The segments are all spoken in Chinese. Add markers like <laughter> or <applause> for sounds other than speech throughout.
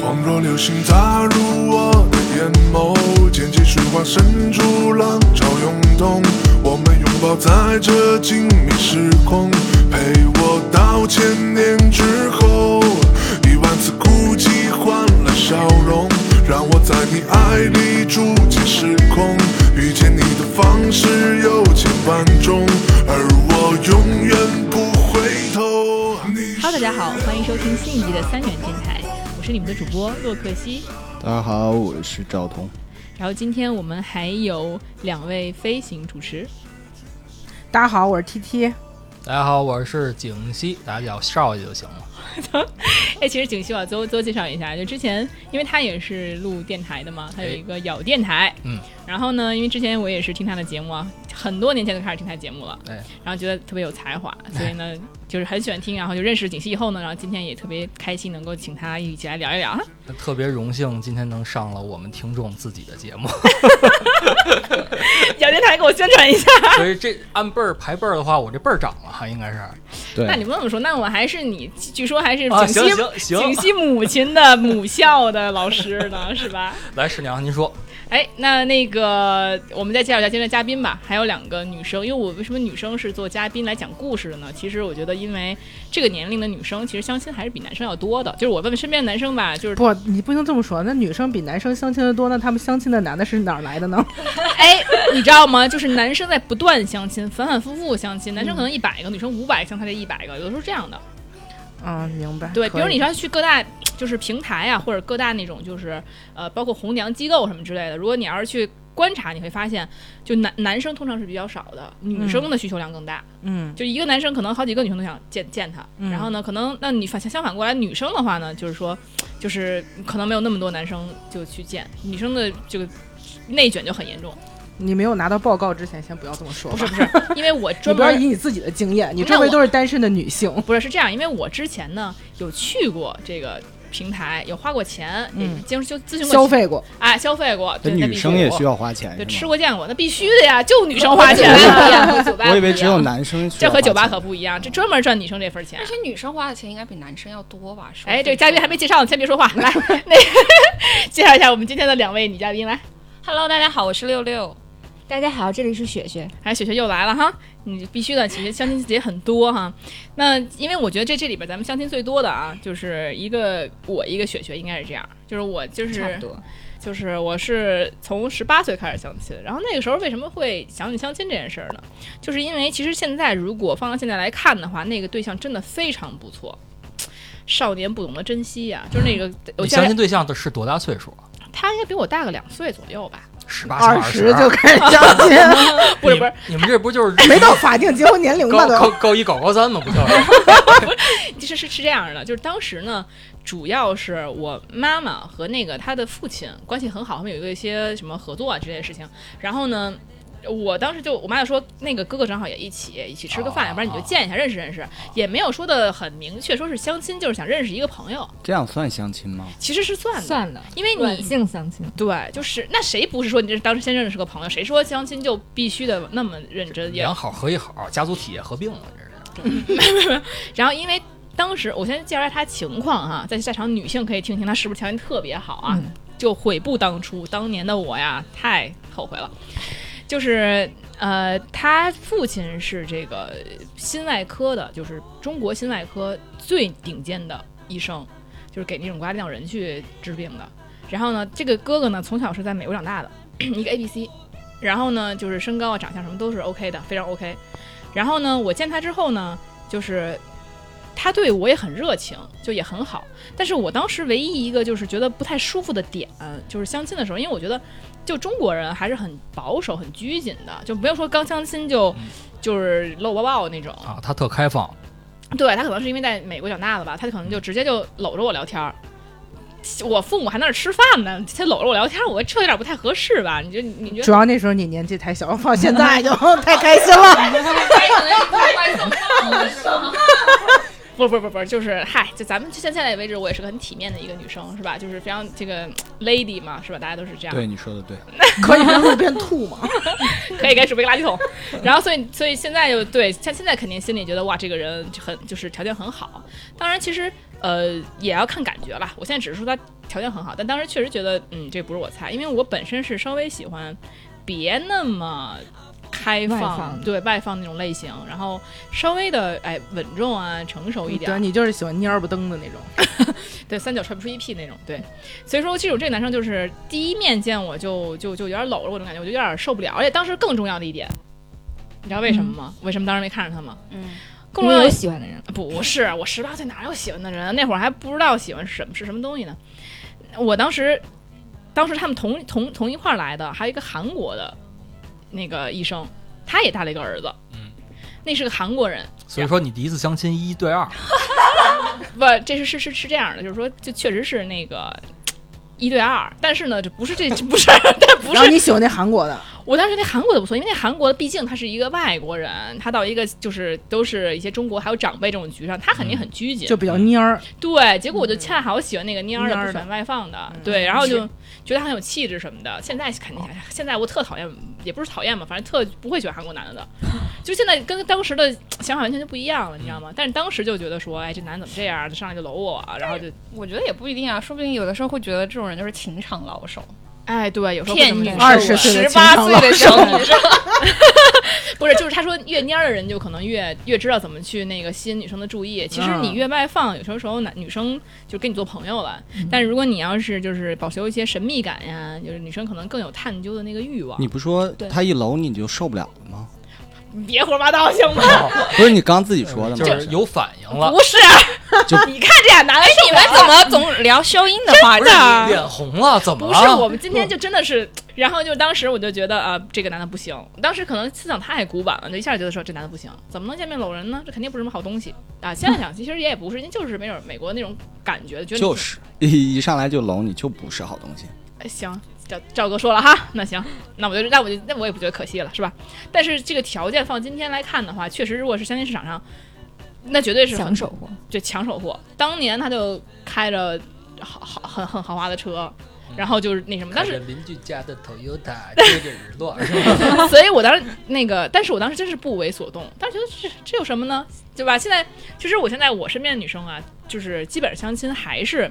恍若流星砸入我的眼眸，剑起时光深处浪潮涌动，我们拥抱在这静谧时空，陪我到千年之后，一万次哭泣换来笑容，让我在你爱里住进时空，遇见你的方式有千万种，而我永远不回头。你 Hello，大家好，欢迎收听新一集的三元电台，我是你们的主播洛克西。大家好，我是赵彤。然后今天我们还有两位飞行主持，大家好，我是 T T。大家好，我是景熙，大家叫少爷就行了。哎，其实景熙我要多多介绍一下，就之前因为他也是录电台的嘛，他有一个咬电台，哎嗯，然后呢，因为之前我也是听他的节目啊，很多年前就开始听他节目了，哎，然后觉得特别有才华，所以呢，就是很喜欢听，然后就认识景熙以后呢，然后今天也特别开心能够请他一起来聊一聊， <laughs> 那特别荣幸今天能上了我们听众自己的 <laughs> 节目，咬电台给我宣传一下，所以这按辈儿排辈儿的话，我这辈儿长了哈，应该是啊，对那，你不能这么说，那我还是你，据说还是景熙、行行景行，熙母亲的母校的老师呢，是吧？来师娘您说，哎，那那个我们再介绍一下今天的嘉宾吧，还有两个女生，因为我为什么女生是做嘉宾来讲故事的呢？其实我觉得，因为这个年龄的女生其实相亲还是比男生要多的。就是我问问身边的男生吧，就是不，你不能这么说。那女生比男生相亲的多，那他们相亲的男的是哪儿来的呢？哎，你知道吗？就是男生在不断相亲，反反复复相亲，男生可能一百个，女生五百，像他这一百个，有的时候这样的。嗯，明白。对，比如可以你要去各大就是平台啊，或者各大那种就是呃，包括红娘机构什么之类的，如果你要是去观察，你会发现，就男男生通常是比较少的，女生的需求量更大。嗯就一个男生可能好几个女生都想见见他，嗯然后呢，可能那你反相反过来，女生的话呢，就是说，就是可能没有那么多男生就去见，女生的这个内卷就很严重。你没有拿到报告之前，先不要这么说吧。不是不是，因为我你专不要门以你自己的经验，你那周围我都是单身的女性。不是是这样，因为我之前呢有去过这个平台，有花过钱，也嗯经就咨询过消费过，哎，消费过，这对，那女必须生也需有要花钱对，是吃吗？过见过，那必须的呀，就女生花钱， <laughs> 不一样和酒吧我以不为一只有样男生需这要花和钱。酒吧可不一样，这专门赚女生这份钱而。且女生花的钱应该比男生要多吧？是不是哎，这个嘉宾还没介绍呢，先别说 <laughs> 话，来，那介绍一下我们今天的两位女嘉宾来， Hello，大家好，我是六六。大家好，这里是雪雪。哎，雪雪又来了哈，你必须的，其实相亲节很多哈。那因为我觉得这这里边咱们相亲最多的啊，就是一个我一个雪雪应该是这样，就是我就是差不多，就是我是从十八岁开始相亲，然后那个时候为什么会想起相亲这件事儿呢？就是因为其实现在如果放到现在来看的话，那个对象真的非常不错。少年不懂得珍惜呀、就是那个我嗯你现相在亲对象的是多大岁数啊？他应该比我大个两岁左右吧？十八二十啊十就开始相 <laughs> 亲，不是不是，你们这不就是没到法定结婚年龄吧啊高都。高高一搞高三吗？不就是？ <laughs> 其实是是这样的，就是当时呢，主要是我妈妈和那个她的父亲关系很好，他们有一个一些什么合作啊之类的事情。然后呢，我当时就我妈就说，那个哥哥正好也一起一起吃个饭，哦要不然你就见一下认识哦认识，也没有说的很明确，说是相亲，就是想认识一个朋友，这样算相亲吗？其实是算的，算了，因为软你。性相亲，对，就是那谁不是说你这是当时先认识个朋友？谁说相亲就必须的那么认真？也两好合一好，家族企业合并了，这是然后因为当时我先介绍一下她情况哈、在在场女性可以听听她是不是条件特别好啊，就悔不当初，当年的我呀太后悔了。就是呃，她父亲是这个心外科的，就是中国心外科最顶尖的医生，就是给那种国家领导人去治病的。然后呢，这个哥哥呢从小是在美国长大的，一个 A B C，然后呢就是身高啊、长相什么都是 OK 的，非常 OK。然后呢，我见他之后呢，就是他对我也很热情，就也很好。但是我当时唯一一个就是觉得不太舒服的点，就是相亲的时候，因为我觉得就中国人还是很保守、很拘谨的，就没有说刚相亲就、嗯就是搂抱抱那种。啊，他特开放，对他可能是因为在美国长大的吧，他可能就直接就搂着我聊天儿。我父母还在那儿吃饭呢，他搂着我聊天儿，我这有点不太合适吧？你就你觉得主要那时候你年纪太小，放现 <laughs> 在就太开心了。不不不不不，就是嗨，就咱们就现在为止，我也是个很体面的一个女生，是吧？就是非常这个 lady 嘛，是吧？大家都是这样，对，你说的对，可以在路边吐吗？可以给准备个垃圾桶。然后所以所以现在就对，像现在肯定心里觉得哇，这个人就很就是条件很好。当然其实呃也要看感觉啦。我现在只是说他条件很好，但当时确实觉得嗯这不是我菜，因为我本身是稍微喜欢别那么。开放外放对外放那种类型，然后稍微的哎稳重啊，成熟一点 <laughs> 对，，你就是喜欢蔫儿不登的那种。对，三脚踹不出一屁那种，对。所以说，这种这个男生就是第一面见我就就就有点搂着我的感觉，我就有点受不了。而且当时更重要的一点，你知道为什么吗？为什么当时没看上他吗？嗯，更你重要的嗯有喜欢的人，不是我十八岁哪有喜欢的人？啊那会儿还不知道喜欢是什么是什么东西呢。我当时，当时他们同同同一块儿来的，还有一个韩国的那个医生，他也带了一个儿子，嗯，那是个韩国人。所以说你第一次相亲 <laughs> 一对二，不，这是是是是这样的，就是说，就确实是那个一对二，但是呢，这不是这这不是，但不然后是你喜欢那韩国的，我当时那韩国的不错，因为那韩国的毕竟他是一个外国人，他到一个就是都是一些中国还有长辈这种局上，他肯定很拘谨。嗯就比较蔫儿。对，结果我就恰好喜欢那个蔫儿的，蔫儿不的嗯喜欢外放的，对，然后就觉得他很有气质什么的。现在肯哦定，现在我特讨厌，也不是讨厌吧，反正特不会喜欢韩国男的 <laughs> 的，就现在跟当时的想法完全就不一样了，你知道吗？但是当时就觉得说，哎，这男的怎么这样，上来就搂我，啊然后就我觉得也不一定啊，说不定有的时候会觉得这种人就是情场老手，哎，对，有时候骗女二十岁的十情八场岁老的手小女生， <laughs> 不是，就是他说越蔫儿的人就可能越越知道怎么去那个吸引女生的注意。其实你越外放，有时候时候男女生就跟你做朋友了。但是如果你要是就是保留一些神秘感呀，就是女生可能更有探究的那个欲望。你不说对他一搂你就受不了了吗？你别胡说八道行吗？不是你刚自己说的吗？啊就是有反应了，不是，啊哎你看这俩男的，你们怎么总聊消音的话不题是？啊脸红了，怎么不了？是，我们今天就真的是，然后就当时我就觉得啊、这个男的不行。当时可能思想太古板了，就一下就觉得说这男的不行，怎么能见面搂人呢？这肯定不是什么好东西啊！现在想，其实也不是，人家就是没准美国那种感觉，觉得你就是一一上来就搂你就不是好东西。哎行，赵赵哥说了哈，那行，那我就那我就那我也不觉得可惜了，是吧？但是这个条件放今天来看的话，确实如果是相亲市场上，那绝对是很抢手货，对抢手货。当年他就开着好好很很豪华的车，嗯然后就是那什么，但是邻居家的 <laughs> Toyota 追着日落， <laughs> 所以我当时那个，但是我当时真是不为所动，当时觉得这这有什么呢，对吧？现在其实我现在我身边的女生啊，就是基本上相亲还是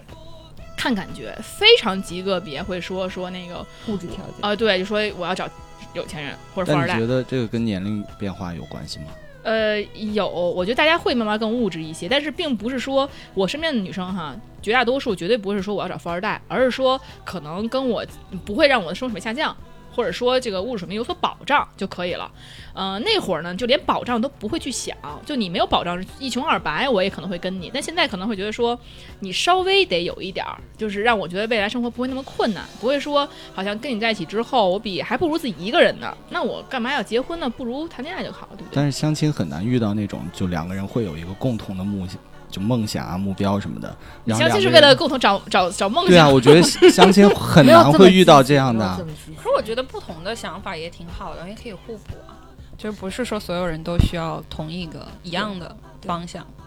看感觉，非常极个别会说说那个物质条件。啊、对，就说我要找有钱人或者富但二你代觉。得这个跟年龄变化有关系吗？呃，有，我觉得大家会慢慢更物质一些，但是并不是说我身边的女生哈，绝大多数绝对不是说我要找富二代，而是说可能跟我嗯不会让我的生活水平下降，或者说这个物质水平有所保障就可以了。呃，那会儿呢，就连保障都不会去想，就你没有保障，一穷二白，我也可能会跟你。但现在可能会觉得说，你稍微得有一点儿，就是让我觉得未来生活不会那么困难，不会说好像跟你在一起之后，我比还不如自己一个人呢。那我干嘛要结婚呢？不如谈恋爱就好，对不对？但是相亲很难遇到那种就两个人会有一个共同的目就梦想啊、目标什么的。然后相两亲个是为了人共同找找找梦对啊，想。我觉得 <laughs> 相亲很没有难么会遇到积极这样的没有啊这。么积极可是我觉得不同的想法也挺好的，也可以互补啊，就是不是说所有人都需要同一个一样的方向。啊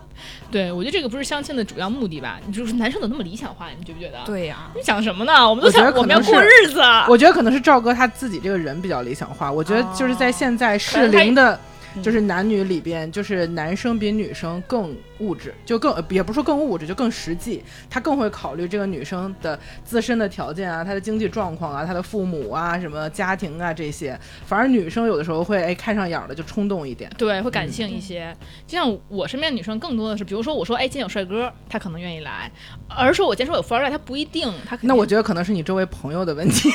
对我觉得这个不是相亲的主要目的吧？你就是男生怎么那么理想化？你们觉不觉得？，对呀、你想什么呢？我们都我觉想得我可们要能是过日子。啊我觉得可能是赵哥他自己这个人比较理想化。我觉得就是在现在适龄的，哦能他嗯就是男女里边，就是男生比女生更物质，就更呃也不是说更物质，就更实际。他更会考虑这个女生的自身的条件啊，她的经济状况啊，她的父母啊，什么家庭啊这些。反而女生有的时候会哎看上眼儿了就冲动一点。对，会感性一些。就像我身边的女生，更多的是，比如说我说，哎，今天有帅哥，她可能愿意来；而说我今天说有富二代，她不一定，她肯定那我觉得可能是你周围朋友的问 <laughs> 题。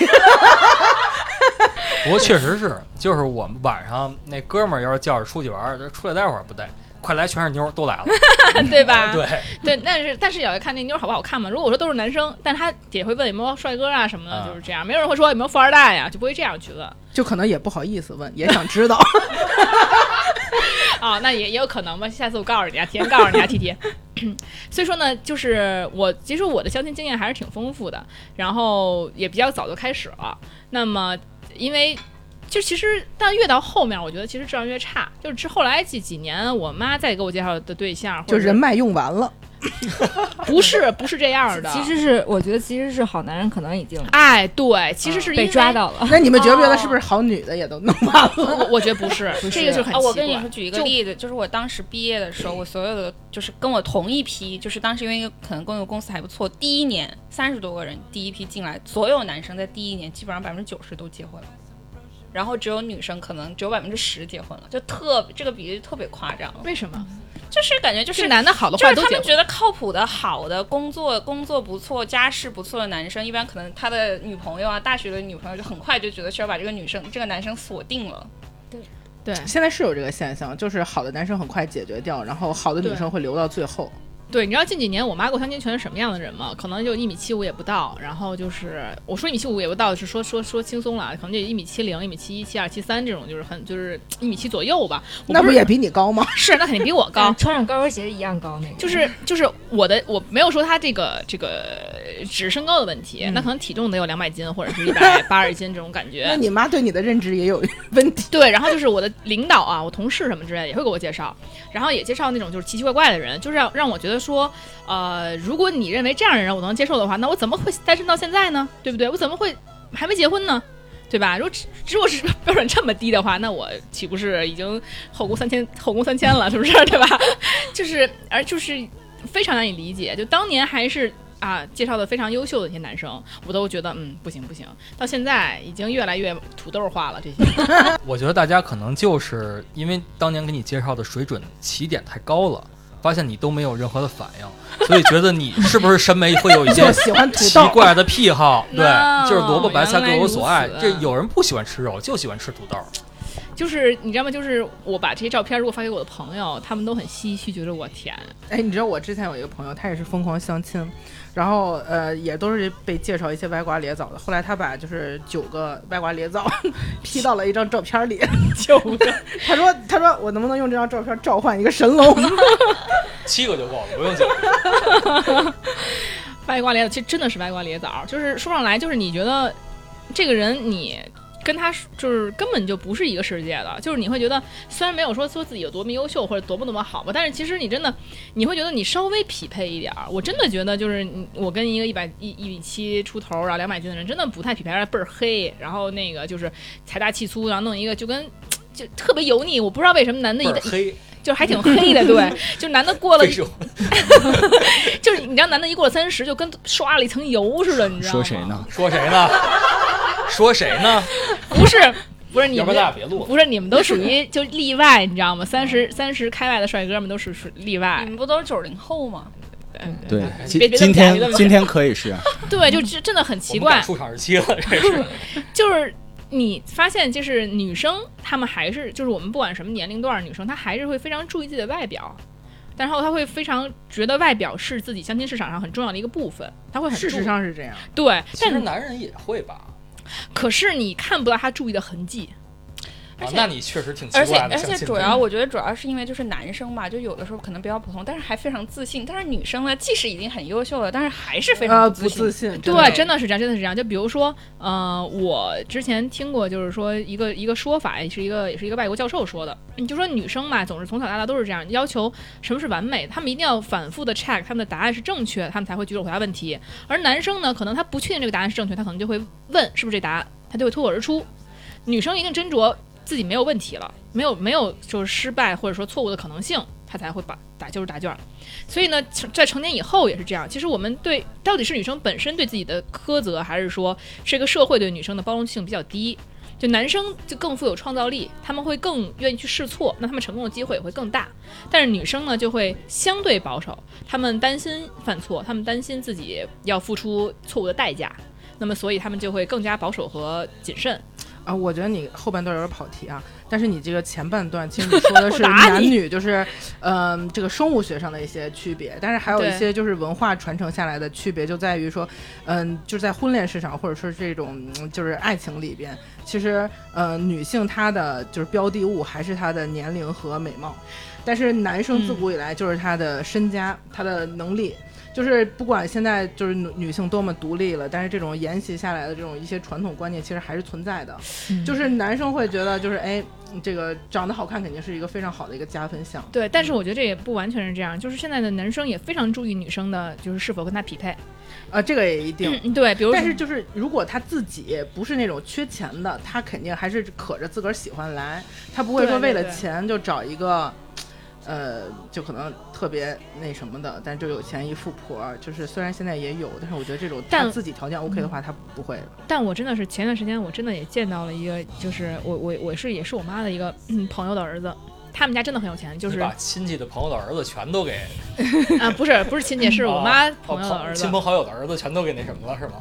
不过确实是，就是我们晚上那哥们儿要是叫着出去玩儿，就出来待会儿不带，快来全是妞儿都来了， <laughs> 对吧？对，对，但是但是也要看那妞儿好不好看嘛。如果我说都是男生，但她也会问有没有帅哥啊什么的，嗯啊就是这样。没有人会说有没有富二代呀、啊就不会这样去问就可能也不好意思问，也想知 <laughs> 道。啊。那也也有可能吧。下次我告诉你啊，提 <clears throat> 前告诉你啊，T <laughs> T。所以说呢，就是我其实我的相亲经验还是挺丰富的，然后也比较早就开始了。那么因为就其实，但越到后面，我觉得其实质量越差。就是之后来几几年，我妈再给我介绍的对象，就人脉用完了，不是不是这样的。其实是我觉得其实是好男人可能已经哎，对，其实是因哦被为抓。到了，那你们觉不觉得是不是好女的也都弄完了？我我觉得不是，不是这个就是很奇啊，怪。我跟你说，举一个就例子，就是我当时毕业的时候，我所有的就是跟我同一批，就是当时因为可能跟我公司还不错，第一年三十多个人，第一批进来，所有男生在第一年基本上百分之九十都结婚了，然后只有女生可能只有百分之十结婚了，就特这个比例特别夸张，为什么？就是感觉就就是是男的好的就坏是都他结们婚觉得靠谱的、好的工作、工作不错、家世不错的男生，一般可能他的女朋友啊、大学的女朋友就很快就觉得需要把这个女生、这个男生锁定了。对现在是有这个现象，就是好的男生很快解决掉，然后好的女对生会留到最后。对，你知道近几年我妈给我相亲全是什么样的人吗？可能就一米七五也不到，然后就是我说一米七五也不到，是说说说轻松了啊，可能就一米七零、一米七一、七二、七三这种，就是很就是一米七左右吧。我那不不是是也比你高吗？是那肯定比我高 <laughs> 嗯，穿上高跟鞋一样高那个，就是就是我的我没有说他这个这个只是身高的问题，那可能体重得有两百斤或者是一百八十斤这种感嗯 <laughs> 觉。那你妈对你的认知也有问题。对，然后就是我的领导啊，我同事什么之类的也会给我介绍，然后也介绍那种就是奇奇怪怪的人，就是让让我觉得说，呃，如果你认为这样的人我能接受的话，那我怎么会单身到现在呢？对不对？我怎么会还没结婚呢？对吧？如果只 <laughs> 如果是标准这么低的话，那我岂不是已经后宫三千后宫三千了？是不是？ <laughs> 对吧？就是而就是非常难以理解。就当年还是啊介绍的非常优秀的那些男生，我都觉得嗯不行不行，到现在已经越来越土豆化了。这些我觉得大家可能就是因为当年给你介绍的水准起点太高了，发现你都没有任何的反应，所以觉得你是不是审美会 <laughs> 有一就些喜欢土 <laughs> 奇豆，怪的癖好？对 No，，就是萝卜白菜各有所爱原。来如这此有人不喜欢吃肉，就喜欢吃土豆。就是你知道吗？就是我把这些照片如果发给我的朋友，他们都很唏嘘，觉得我天，哎，你知道我之前有一个朋友，他也是疯狂相亲，然后呃也都是被介绍一些歪瓜裂枣的。后来他把就是九个歪瓜裂枣 <laughs> P 到了一张照片里，就他说他说我能不能用这张照片召唤一个神龙？七个就够了，不 <laughs> 用讲。歪瓜裂枣，这真的是歪瓜裂枣。就是说上来，就是你觉得这个人你。跟他是就是根本就不是一个世界的，就是你会觉得虽然没有说说自己有多么优秀或者多么多么好吧，但是其实你真的你会觉得你稍微匹配一点儿。我真的觉得就是你我跟一个一百一一米七出头然后两百斤的人真的不太匹配，而且倍儿黑，然后那个就是财大气粗，然后弄一个就跟就特别油腻，我不知道为什么男的一倍儿旦黑，就是还挺黑的， <laughs> 对，就男的过了非，是就是你知道男的一过了三十就跟刷了一层油似的，你知道吗？说谁？呢？说谁呢？ <laughs> 说谁呢？不是不是你要不们然咱俩别嗯录了。不是你们都属于就例外，你知道吗？三十三十开外的帅哥们都是属于例外嗯你。们不都是九零后吗？对，别今别这今么讲别这天么讲今天可以是，对，就这真的很奇我们怪赶，出场日期了，这是。就是。你发现就是女生，她们还是就是我们不管什么年龄段儿，女生她还是会非常注意自己的外表，然后她会非常觉得外表是自己相亲市场上很重要的一个部分，她会很事注实意上是这样，对，其但实男人也会吧。可是你看不到她注意的痕迹，啊而，且那你确实挺奇而且怪的。而相且亲主的要，我觉得主要是因为就是男生吧，就有的时候可能比较普通，但是还非常自信；但是女生呢，即使已经很优秀了，但是还是非呃常不自自信。信，对，的真的是这样，真的是这样。就比如说，呃，我之前听过，就是说一个一个说法，也是一个也是一个外国教授说的，你就说女生嘛，总是从小到大都是这样，要求什么是完美，他们一定要反复的 check 他们的答案是正确，他们才会举手回答问题。而男生呢，可能他不确定这个答案是正确，他可能就会问是不是这答案，他就会脱口而出。女生一定斟酌自己没有问题了，没有没有就是失败或者说错误的可能性，她才会把打就是答卷。所以呢，成在成年以后也是这样。其实我们对到底是女生本身对自己的苛责，还是说这个社会对女生的包容性比较低？就男生就更富有创造力，他们会更愿意去试错，那他们成功的机会也会更大。但是女生呢，就会相对保守，他们担心犯错，他们担心自己要付出错误的代价，那么所以他们就会更加保守和谨慎。啊，我觉得你后半段有点跑题啊，但是你这个前半段其实你说的 <laughs> 是我打男你女，就是嗯、这个生物学上的一些区别，但是还有一对些就是文化传承下来的区别，就在于说，嗯、就是在婚恋市场或者说这种嗯就是爱情里边，其实呃，女性她的就是标的物还是她的年龄和美貌，但是男生自古以来就是他的身家、他的能力。就是不管现在就是女女性多么独立了，但是这种沿袭下来的这种一些传统观念其实还是存在的。就是男生会觉得就是哎，这个长得好看肯定是一个非常好的一个加分项。对，但是我觉得这也不完全是这样，就是现在的男生也非常注意女生的，就是是否跟他匹配。呃，这个也一定。嗯，对，比如但是就是，如果他自己不是那种缺钱的，他肯定还是可着自个儿喜欢来，他不会对说对为了对钱就找一个，呃，就可能特别那什么的，但就有钱一富婆儿。就是虽然现在也有，但是我觉得这种他但自己条件 OK 的话，他不会的。但我真的是前段时间我真的也见到了一个，就是我我我是也是我妈的一个、嗯、朋友的儿子，他们家真的很有钱，就你是把啊亲戚的朋友的儿子全都给不是不是亲 <laughs> 戚，是我妈朋友的哦儿朋子亲。朋好友的儿子全都给那什么了是吗？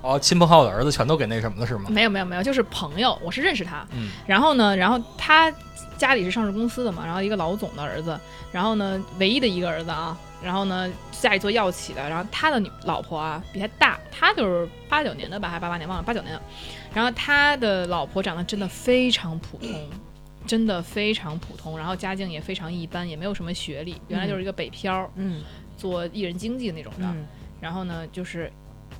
哦，亲朋好友的儿子全都给那什么了是吗？没有没有没有，就是朋友，我是认识他。嗯，然后呢，然后他家里是上市公司的嘛，然后一个老总的儿子，然后呢，唯一的一个儿子啊，然后呢，家里做药企的，然后他的女老婆啊比他大，他就是八九年的吧，还是八八年忘了，八九年的。然后他的老婆长得真的非常普通，真的非常普通，然后家境也非常一般，也没有什么学历，原来就是一个北漂，嗯做艺人经纪那种的。嗯，然后呢，就是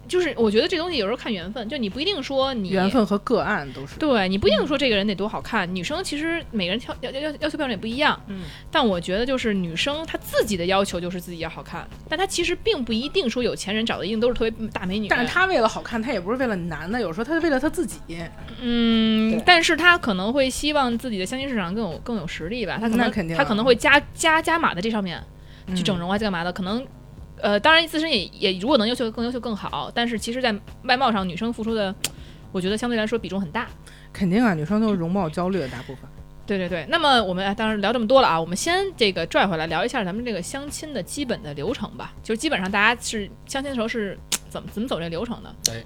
就是，我觉得这东西有时候看缘分，就你不一定说你缘分和个案都是。对你不一定说这个人得多好看，女生其实每个人挑要要要要求标准也不一样，嗯，但我觉得就是女生她自己的要求就是自己要好看，但她其实并不一定说有钱人找的一定都是特别大美女，但是他为了好看，他也不是为了男的，有时候他是为了他自己。嗯对，但是她可能会希望自己的相亲市场更有更有实力吧，她可那能肯定啊她可能会加加加码在这上面嗯去整容啊，这干嘛的，可能。呃，当然自身也也如果能优秀更优秀更好，但是其实，在外貌上女生付出的，我觉得相对来说比重很大。肯定啊，女生都是容貌焦虑的大部分。对对对，那么我们哎当然聊这么多了啊，我们先这个拽回来聊一下咱们这个相亲的基本的流程吧，就基本上大家是相亲的时候是怎么怎么走这流程的。哎，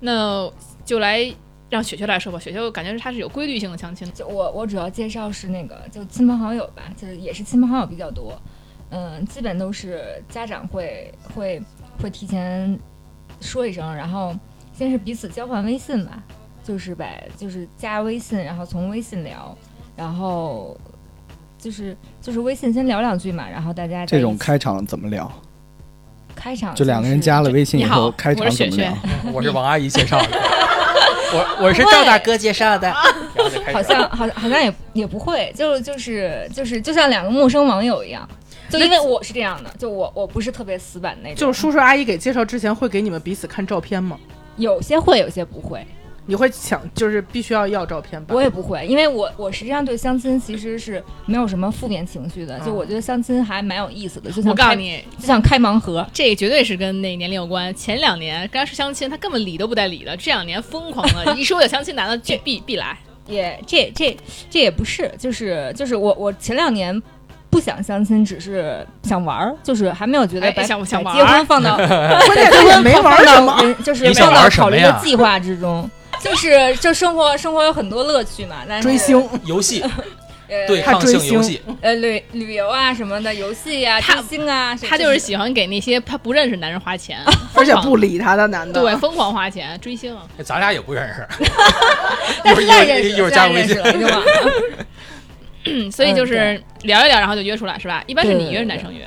那就来让雪雪来说吧，雪雪我感觉是她是有规律性的相亲，就我我主要介绍是那个就亲朋好友吧，就是也是亲朋好友比较多，嗯，基本都是家长会会会提前说一声，然后先是彼此交换微信吧，就是把就是加微信，然后从微信聊，然后就是就是微信先聊两句嘛，然后大家这在一种起开场怎么聊？开场就两个人是加了微信以你好后，开场怎么聊我是？我是王阿姨介绍的，我我是赵大哥介绍的，然后就开始 <laughs> 好像好像好像也也不会，就就是就是就像两个陌生网友一样，就因为我是这样的，就我我不是特别死板那种， <laughs> 就是叔叔阿姨给介绍之前会给你们彼此看照片吗？有些会，有些不会，你会抢，就是必须要要照片吧？我也不会，因为我我实际上对相亲其实是没有什么负面情绪的，就我觉得相亲还蛮有意思的，嗯就我像告诉开你，就像开盲盒，这绝对是跟那年龄有关。前两年刚说相亲，她根本理都不带理的，这两年疯狂 <laughs> 了，一说有相亲男的，这 <laughs> 必必来。也这这这也不是，就是就是我我前两年。不想相亲，只是想玩儿，就是还没有觉得哎把、想想把玩结儿婚放到 <laughs> 关键他也没玩儿什么。 <laughs> 人就是你想放到玩什考么虑呀的计划之中。就是就生活生活有很多乐趣嘛，但是追星，游戏呃对他抗追性游星戏，呃旅旅游啊什么的，游戏啊他追星啊，她就是喜欢给那些她不认识男人花 <laughs> 钱，而且疯狂不理他的男的。对，疯狂花钱追星。哎咱俩也不认识，但是一现会儿在认识一会儿了，现加在我微认识信了 <laughs> 就忘了。嗯，所以嗯就是聊一聊，然后就约出来是吧？一般是对你约，对男生约。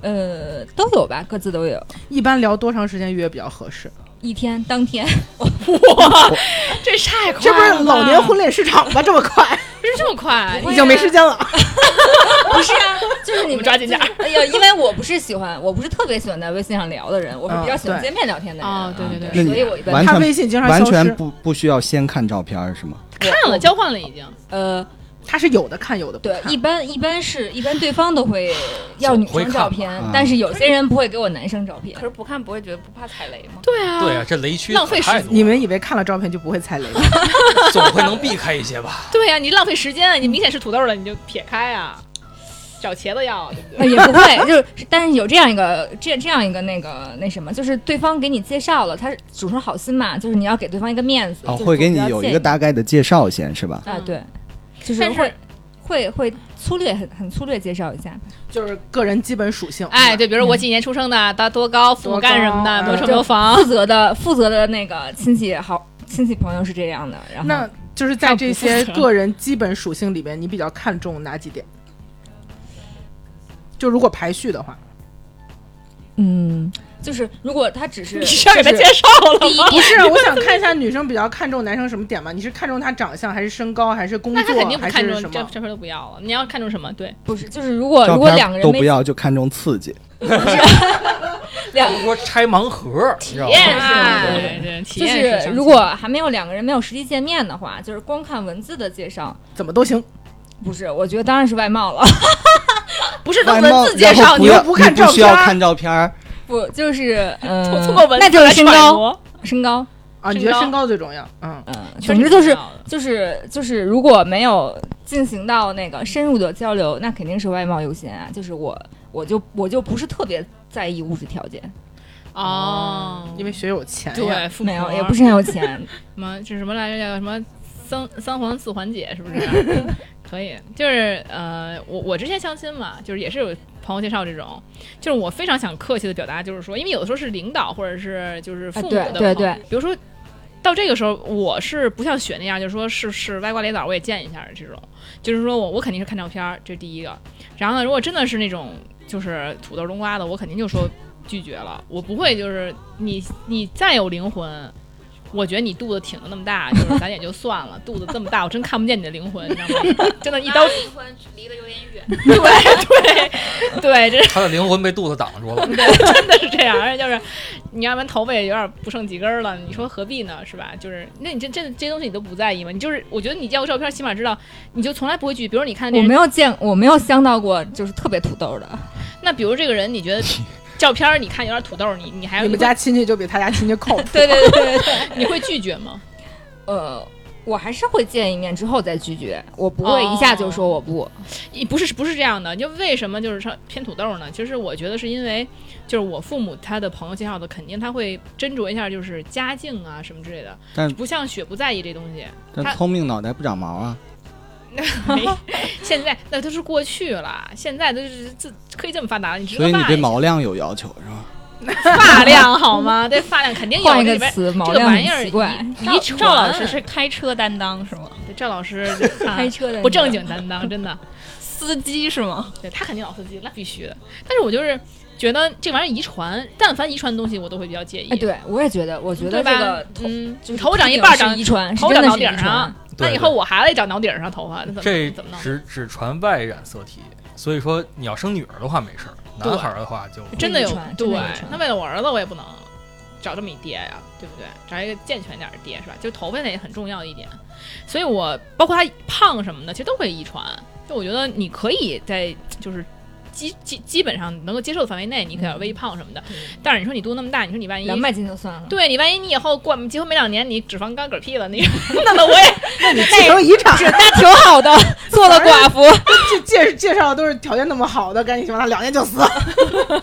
呃，都有吧，各自都有。一般聊多长时间约比较合适？一天当天， <laughs> 这是太快了吧，这不是老年婚恋市场吗？这么 <laughs> 快，是这么快？不会已啊经没时间了。不是啊，就是你我们抓紧点儿。就是哎呀，因为我不是喜欢，我不是特别喜欢在微信上聊的人，我是比较喜嗯欢对见面聊天的人。哦对对对嗯那所你以我一般完他微全信经常完消失全，不不需要先看照片儿是吗？看了，交换了已经。呃，他是有的看，有的不对，看一。般一般是一般对方都会要女会生看照嘛嗯片啊，但是有些人不会给我男生照片可。是不看不会觉得不怕踩雷吗？对啊对啊，这雷区浪费可太时多了你们以为看了照片就不会踩 <laughs> 雷吗？总会能避开一些 <laughs> 吧？对呀、你浪费时间啊！你明显是土豆了，你就撇开啊，找茄子要，对不啊，对？也不会，就是但是有这样一个这这样一个那个那什么，就是对方给你介绍了，他是主持人好心嘛，就是你要给对方一个面子，哦，就是会给不你要有介一个意大概的介绍先是吧？啊，对，就嗯是但是会会会粗略很很粗略介绍一下，就是个人基本属性。哎，对，比如我几年出生的，他多高，父母干什么的，多没高有车没有房负，责的负责的那个亲戚好亲戚朋友是这样的，然后那就是在这他些不负责个人基本属性里面，你比较看重哪几点？就如果排序的话，嗯，就是如果他只是你是要给他就是介绍了吗？ <laughs> 不是，我想 <laughs> 看一下女生比较看重男生什么点嘛？你是看重他长相，还是身高，还是工那他肯作定，不还看是重什这么？这份都不要了。你要看重什么？对，不是就是如果照呃如果片两个人都没不要，就看重刺激。两不是说拆盲盒，你知道吗？验啊对对，体就验式相是亲如果还没有两个人没有实际见面的话，就是光看文字的介绍，怎么都行，不是，我觉得当然是外貌了， <laughs> 不是外能貌文字介然后绍，不你要又不看你照需要片儿看照片儿，不就是嗯， <laughs> 通过文那字就是来身揣高，摩身高，啊，你身觉得高身高最重要？嗯，嗯，确实总之就是挺重要的就是就是如果没有进行到那个深入的交流，那肯定是外貌优先啊，就是我我就我就不是特别在意物质条件，哦，因为学友钱呀，对富没有婆也不是很有钱， <laughs> 什么这什么来着叫什么三三环四环姐是不 <laughs> 是？可以，就是呃，我我之前相亲嘛，就是也是有朋友介绍这种，就是我非常想客气的表达，就是说，因为有的时候是领导或者是就是父母的啊朋友、对对对比如说到这个时候，我是不像雪那样，就是说是是歪瓜裂枣我也见一下这种，就是说我我肯定是看照片儿，这是第一个。然后呢，如果真的是那种就是土豆冬瓜的，我肯定就说拒绝了，我不会就是你你再有灵魂，我觉得你肚子挺的那么大，就是咱也就算了， <laughs> 肚子这么大，我真看不见你的灵魂，你知道吗？ <laughs> 真的，一刀离婚离得有点远，对对对，这他的灵魂被肚子挡住了。真的是这样，而且就是你要不然头发也有点不剩几根儿了，你说何必呢？是吧？就是那你这这这些东西你都不在意吗？你就是我觉得你见过照片，起码知道，你就从来不会拒。比如你看这我人没有见我没有相到过就是特别土豆的， <laughs> 那比如这个人，你觉得照片儿你看有点土豆，你你还你们家亲戚就比他家亲戚 <laughs> 靠谱。对对对对对。你会拒绝吗？ <laughs> 呃，我还是会见一面之后再拒绝，我不会一下就哦说我不。也不是不是这样的，就为什么就是说偏土豆呢？其实我觉得是因为，就是我父母他的朋友介绍的，肯定他会斟酌一下，就是家境啊什么之类的。但不像雪不在意这东西，他但聪明脑袋不长毛啊。没现在那都是过去了，现在都是这可以这么发达了，你知道所以你吧对毛量有要求是吧？ <laughs> 发量好吗？对发量肯定有换一这个里边词，毛 <laughs> 这个量玩意很儿奇怪。遗传。赵老师是开车担当是吗？对赵老 <laughs> 师啊开车的不正，经担当，真的。司机是吗？对他肯定老司机，那必须的。但是我就是觉得这玩意儿遗传，但凡遗传的东西，我都会比较介意。哎，对我也觉得，我觉得对这吧个？头。嗯，就是头长一肯定半儿是长遗传，是头长真的脑是遗顶上传。，对那以后我孩子也长脑顶上头发，那怎么这怎么弄？只只传外染色体，所以说你要生女儿的话没事儿，对男孩儿的话就真的有遗传对真的遗传，那为了我儿子，我也不能找这么一爹呀，对不对？找一个健全点儿的爹是吧？就头发那也很重要一点，所以我包括他胖什么的，其实都会遗传。就我觉得你可以在就是。基基基本上能够接受的范围内，你可以有点微胖什么的。但是你说你肚子那么大，你说你万一嗯两百斤就算了，对你万一你以后过结婚没两年，你脂肪肝嗝屁了，你 <laughs> 弄得我也继承遗产，是那挺好 <laughs> 的，做了寡妇。这介介绍的都是条件那么好的，赶紧什么他两年就死。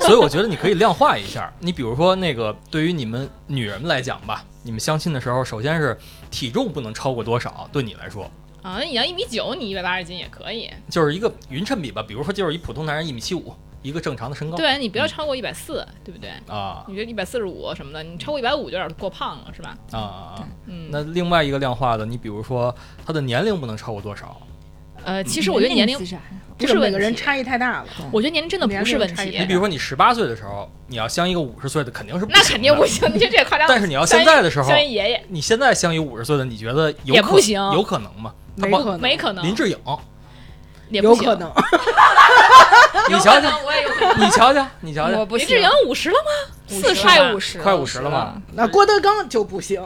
所以我觉得你可以量化一下。你比如说那个，对于你们女人来讲吧，你们相亲的时候，首先是体重不能超过多少，对你来说啊，你要一米九，你一百八十斤也可以。就是一个匀称比吧。比如说，就是一普通男人一米七五，一个正常的身高对，你不要超过一百四，对不对？啊你觉得一百四十五什么的，你超过一百五就有点过胖了，是吧？啊啊啊！嗯，那另外一个量化的，你比如说他的年龄不能超过多少。呃，其实我觉得年龄其，实还好不这是个每问个人题差异太大了。嗯我觉得年龄真的不是问年龄差题异你太比大。如说你十八岁的时候，你要相一个五十岁的，肯定是 <laughs> 不那行肯定的不行，你这这也夸张了。但是你要现在的时候像一爷爷你现在相一五十岁的，你觉得有也可不行有可能吗？他没包可能，没可能，林志颖，也不有行 <laughs> 可，能。你瞧瞧，你瞧瞧，你瞧瞧我，不啊林志行颖，五十了吗？四十快了五十，快五十了嘛。 <laughs> 了那郭德纲就 <laughs> 不行，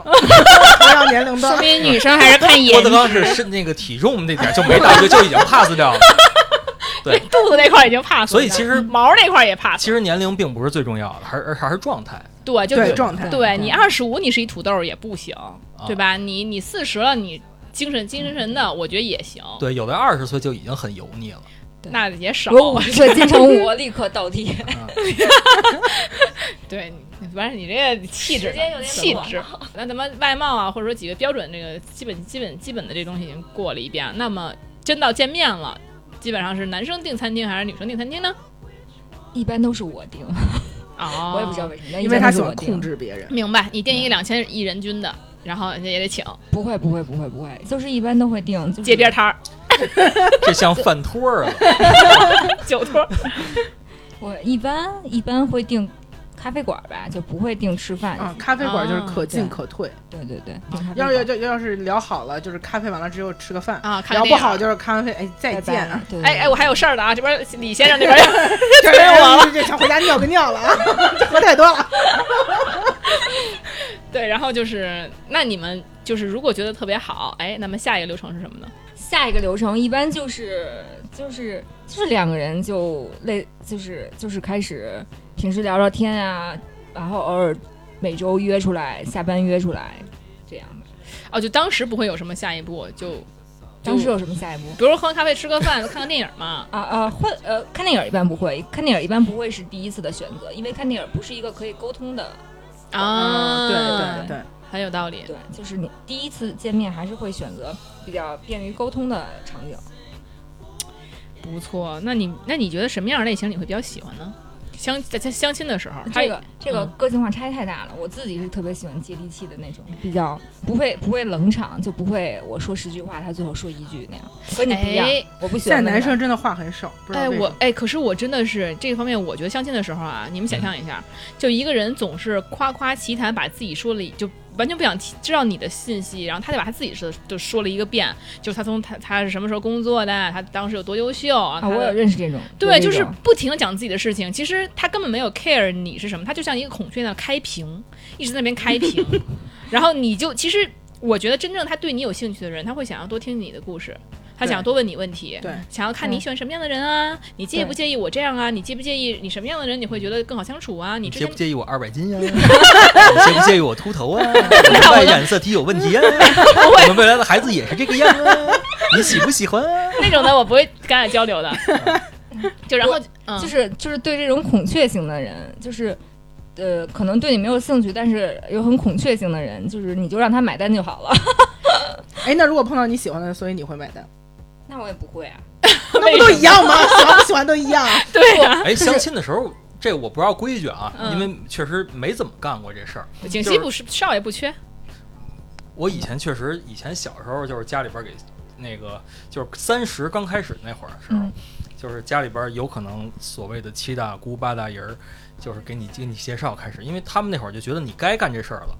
同样年龄说段。明女生还是看郭颜德值。纲是是那个体重那点儿就没到，就 <laughs> 就已经 pass 掉了。肚子那块儿已经 pass 了。所以其实毛那块儿也 pass 了。其实年龄并不是最重要的，还是而还是状态。对，就对是状态，对你二十五你是一土豆儿也不行，啊对吧？你你四十了你。精神精神神的，我觉得也行，对，有的二十岁就已经很油腻了。那也少。我五十岁金城武，立刻倒地。对，你反正你这个气质时间有呢，点气短质。那咱们外貌啊，或者说几个标准，这个基本、基本、基本的这东西已经过了一遍。那么真到见面了，基本上是男生订餐厅还是女生订餐厅呢？ <laughs> 一般都是我定，哦我也不知道。为什么，因为他喜欢但一般都是我定控。制别人。明白，你订一个两千一人均的，然后人家也得请不会不会不会不会，就是一般都会定，就是街边摊儿、这像饭托儿了。 <laughs> 酒托儿。我一般一般会定咖啡馆吧，就不会订吃嗯饭。啊，咖啡馆就是可进啊可退。对对对，订咖啡要馆要要要是聊好了，就是咖啡完了之后吃个饭啊看个聊不电影好就是咖啡，哎，再拜拜 <laughs> 见啊！对对哎哎，对我还有事儿的啊，这边李先生那 <laughs> 边这催我了。哎这想回家尿个尿了啊， <laughs> 喝太多了。对，然后就是，那你们就是如果觉得特别好，哎，那么下一个流程是什么呢？下一个流程一般就是就是就是两个人就类就是就是开始平时聊聊天啊，然后偶尔每周约出来，下班约出来，这样吧。哦，就当时不会有什么下一步，就当时有什么下一步？比如说喝完咖啡、吃个饭、看看电影嘛。啊啊，会呃，看电影一般不会，看电影一般不会是第一次的选择，因为看电影不是一个可以沟通的，啊，嗯对对对，很有道理。对，就是你第一次见面还是会选择比较便于沟通的场景。不错，那你那你觉得什么样的类型你会比较喜欢呢？相在在相亲的时候，他这个这个嗯个性化差异太大了，我自己是特别喜欢接地气的那种，比较不会不会冷场，就不会我说十句话，他最后说一句那样，和你不一样，哎我不喜现在欢那男种生真的话很少，不知道哎，为我什么哎，可是我真的是这方面，我觉得相亲的时候啊，你们想象一下，就一个人总是夸夸其谈，把自己说了一，就完全不想提知道你的信息，然后他就把他自己说就说了一个遍，就是他从他他是什么时候工作的，他当时有多优秀啊，啊，他我有的认识这种，对，有这就是种不停的讲自己的事情，其实他根本没有 care 你是什么，他就像一个孔雀那样开屏，一直在那边开屏，然后你就其实我觉得真正他对你有兴趣的人，他会想要多听你的故事，他想要对多问你问题，对想要看你喜欢什么样的人啊，你介不介意我这样啊，你介不介意你什么样的人你会觉得更好相处啊，你你之介前不介意我二百斤呀、你介不介意我秃头啊？我的外染色体有问题呀、我们未来的孩子也是这个样啊？你喜不喜欢啊？那种的我不会跟他交流的，就然后嗯就是就是对这种孔雀型的人，就是呃，可能对你没有兴趣，但是又很孔雀型的人，就是你就让他买单就好了。哎，那如果碰到你喜欢的，所以你会买 <laughs> 单，那我也不会啊，那不都一样吗？喜欢不喜欢都 <laughs> 一样。对啊，哎，相亲的时候，这我不知道规矩啊，嗯因为确实没怎么干过这事儿。景就熙是不是少爷不缺，我以前确实，以前小时候就是家里边给那个，就是三十刚开始那会儿的时候，嗯就是家里边有可能所谓的七大姑八大姨儿，就是给你给你介绍开始，因为他们那会儿就觉得你该干这事儿了。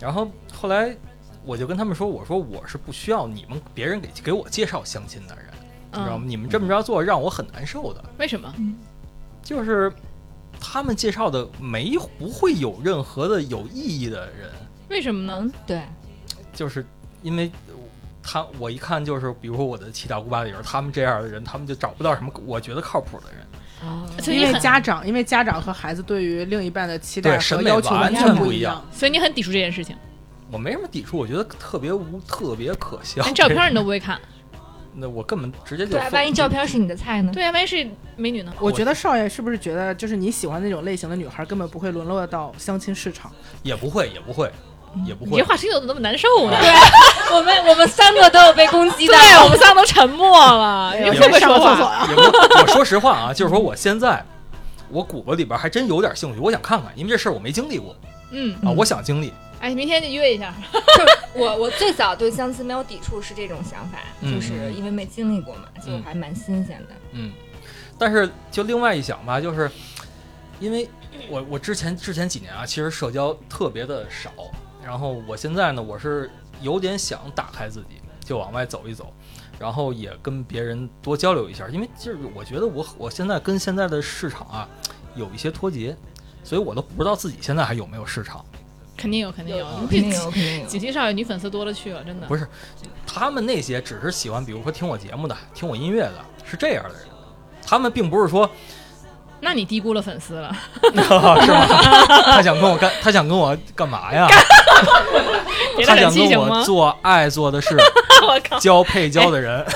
然后后来我就跟他们说，我说我是不需要你们别人给给我介绍相亲的人，你知道吗嗯，？你们这么着做让我很难受的，为什么？就是他们介绍的没不会有任何的有意义的人。为什么呢？嗯， <laughs> 对，就是因为他我一看就是，比如说我的七大姑八大姨儿，他们这样的人，他们就找不到什么我觉得靠谱的人，啊，所以因你为很家长，因为家长和孩子对于另一半的期待对和审美要求完全全不不一一样样。所以你很抵触这件事情，我没什么抵触，我觉得特别无特别可笑。连照片你都不会看。那我根本直接就对啊，万一照片是你的菜呢？对啊，万一是美女呢？我觉得少爷是不是觉得，就是你喜欢那种类型的女孩，根本不会沦落到相亲市场？也不会，也不会，也不你这 <laughs> 会。话听着怎么那么难受啊呢？我们我们三个都有被攻击的，我们仨都沉默了，你我们也会不不先哎 <laughs> 会说上个厕所话？啊！也不会我说实话啊，就是说我现在我骨子里边还真有点兴趣，我想看看，因为这事儿我没经历过嗯，啊，我想经历。哎，明天就约一下。我我最早对相亲没有抵触是这种想法，嗯就是因为没经历过嘛，就还蛮新鲜的。嗯，但是就另外一想吧，就是因为我我之前之前几年啊，其实社交特别的少，然后我现在呢，我是有点想打开自己，就往外走一走，然后也跟别人多交流一下，因为就是我觉得我我现在跟现在的市场啊有一些脱节，所以我都不知道自己现在还有没有市场。肯定有，肯定有，肯定有，肯定有锦。溪哦少爷女粉丝多了去了，真的不。是，他们那些只是喜欢，比如说听我节目的、听我音乐的，是这样的人，他们并不是说。那你低估了粉丝了。 <laughs> 是吗？他想跟我 <laughs> 干，他想跟我干嘛呀？别打他脸想机跟行我吗？做爱做的事，我靠！交配交的人。 <laughs>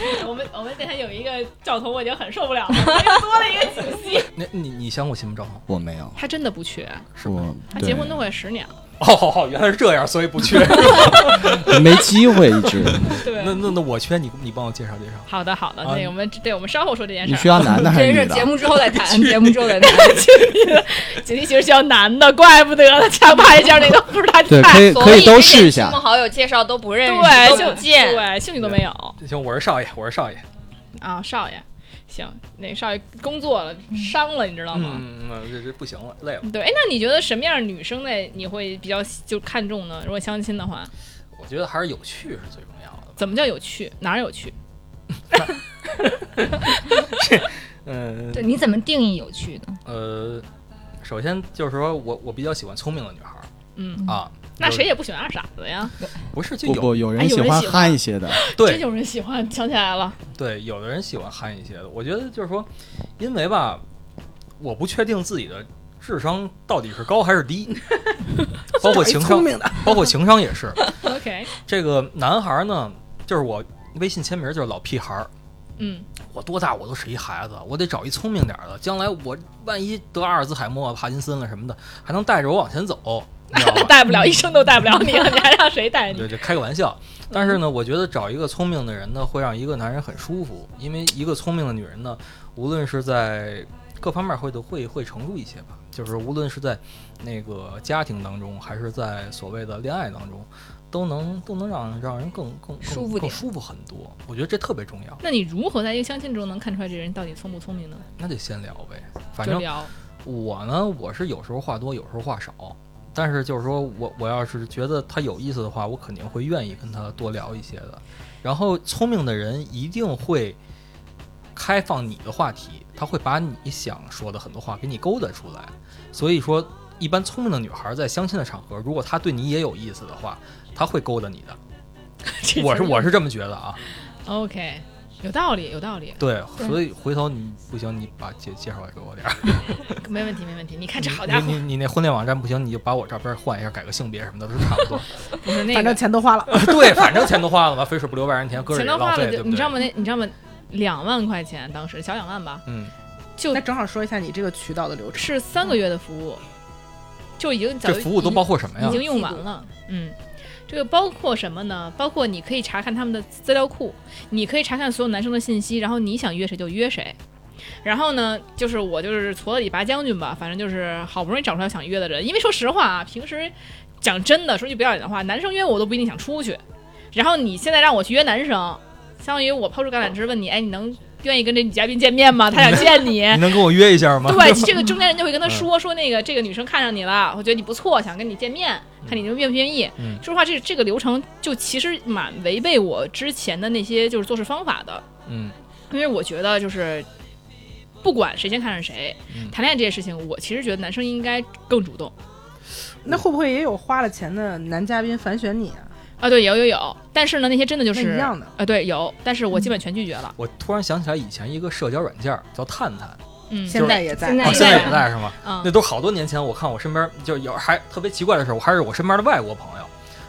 哎我们我们电台有一个赵彤，我已经很受不了了，又多了一个锦溪。那你你相过亲吗，赵鹏？我没有，他真的不缺，我他对结婚都快十年了。 <laughs> 哦，原来是这样，所以不缺。没机会一直。对那那那我缺你，你帮我介绍介绍。嗯好的好的，啊那我们对我们稍后说这件你需事儿。要男的还这是是女节的？目之后再谈，节目之后再谈。锦溪其实需要男的，怪不得他强拍一下那个不是他对，菜可以所可以以都之前试一亲下朋。好友介绍都不认识，对，都不就见。对，兴趣都没有行，我是少爷，我是少爷。啊，少爷。行，那少爷工作了，伤了，你知道吗？嗯，嗯这这不行了，累了。对，哎，那你觉得什么样的女生呢？你会比较就看重呢？如果相亲的话，我觉得还是有趣是最重要的吧。怎么叫有趣？哪儿有趣？嗯对，你怎么定义有趣呢？呃，首先就是说我我比较喜欢聪明的女孩儿嗯，啊。那有谁也不喜欢二傻子呀？不是就不有不，有哎人有喜人欢喜欢憨一些的，对真有人喜欢，想起来了，对，有的人喜欢憨一些的。我觉得就是说，因为吧，我不确定自己的智商到底是高还是低，包哎括情商，包括情商也是。 <laughs> OK，这个男孩儿呢，就是我微信签名就是老屁孩儿，嗯，我多大我都是一孩子，我得找一聪明点儿的，将来我万一得阿尔兹海默、帕金森了什么的，还能带着我往前走，你知道吗？带不了，一生都带不了 <laughs> 你，你还让谁带你对，？这开个玩笑。但是呢，我觉得找一个聪明的人呢，会让一个男人很舒服，因为一个聪明的女人呢，无论是在各方面会都会会成熟一些吧，就是无论是在那个家庭当中，还是在所谓的恋爱当中，都能都能让让人更更更舒服更点舒服很多。我觉得这特别重要。那你如何在一个相亲中能看出来这人到底聪不聪明呢？那就先聊呗，反就正聊，我呢，我是有时候话多，有时候话少。但是就是说我我要是觉得他有意思的话，我肯定会愿意跟他多聊一些的。然后聪明的人一定会开放你的话题，他会把你想说的很多话给你勾搭出来。所以说，一般聪明的女孩在相亲的场合，如果她对你也有意思的话，她会勾搭你的。这我词儿是我 <laughs> 是这么觉得啊。 OK，有道理，有道理，对，对所以回头你不行，你把介介绍也给我点儿。没问题，没问题。你看这好你家你伙，你那婚恋网站不行，你就把我照片换一下，改个性别什么的都差不 <laughs> 多。呃不是那反个正钱都花了，对，反正钱都花了嘛，肥水不流外人田，搁着钱也都浪花费，了，对就不你知道对？吗？那你知道吗？两万块钱，当时小两万吧，嗯，就那正好说一下你这个渠道的流程。是三个月的服务，就已经早嗯就这服务都已包括什么呀已？经用完了。嗯，这个包括什么呢？包括你可以查看他们的资料库，你可以查看所有男生的信息，然后你想约谁就约谁。然后呢，就是我就是矬子里拔将军吧，反正就是好不容易找出来想约的人。因为说实话啊，平时讲真的，说句不要脸的话，男生约我都不一定想出去。然后你现在让我去约男生，相当于我抛出橄榄枝问你，哎，你能愿意跟这女嘉宾见面吗？他想见你，你能跟我约一下 <laughs> 吗？对，这个中间人就会跟他说说那个这个女生看上你了，我觉得你不错，想跟你见面，看你愿不愿意。嗯说实话，这这个流程就其实蛮违背我之前的那些就是做事方法的，嗯，因为我觉得就是不管谁先看上谁，嗯谈恋爱这件事情，我其实觉得男生应该更主动那会不会也有花了钱的男嘉宾反选你啊？啊。对，有有有，但是呢，那些真的就是那一样的啊，对，有，但是我基本全拒绝了。我突然想起来以前一个社交软件儿叫探探，嗯，现在也在啊现，在哦也现在在也在是吗？嗯那都好多年前，我看我身边就有还特别奇怪的事儿，我还是我身边的外国朋友，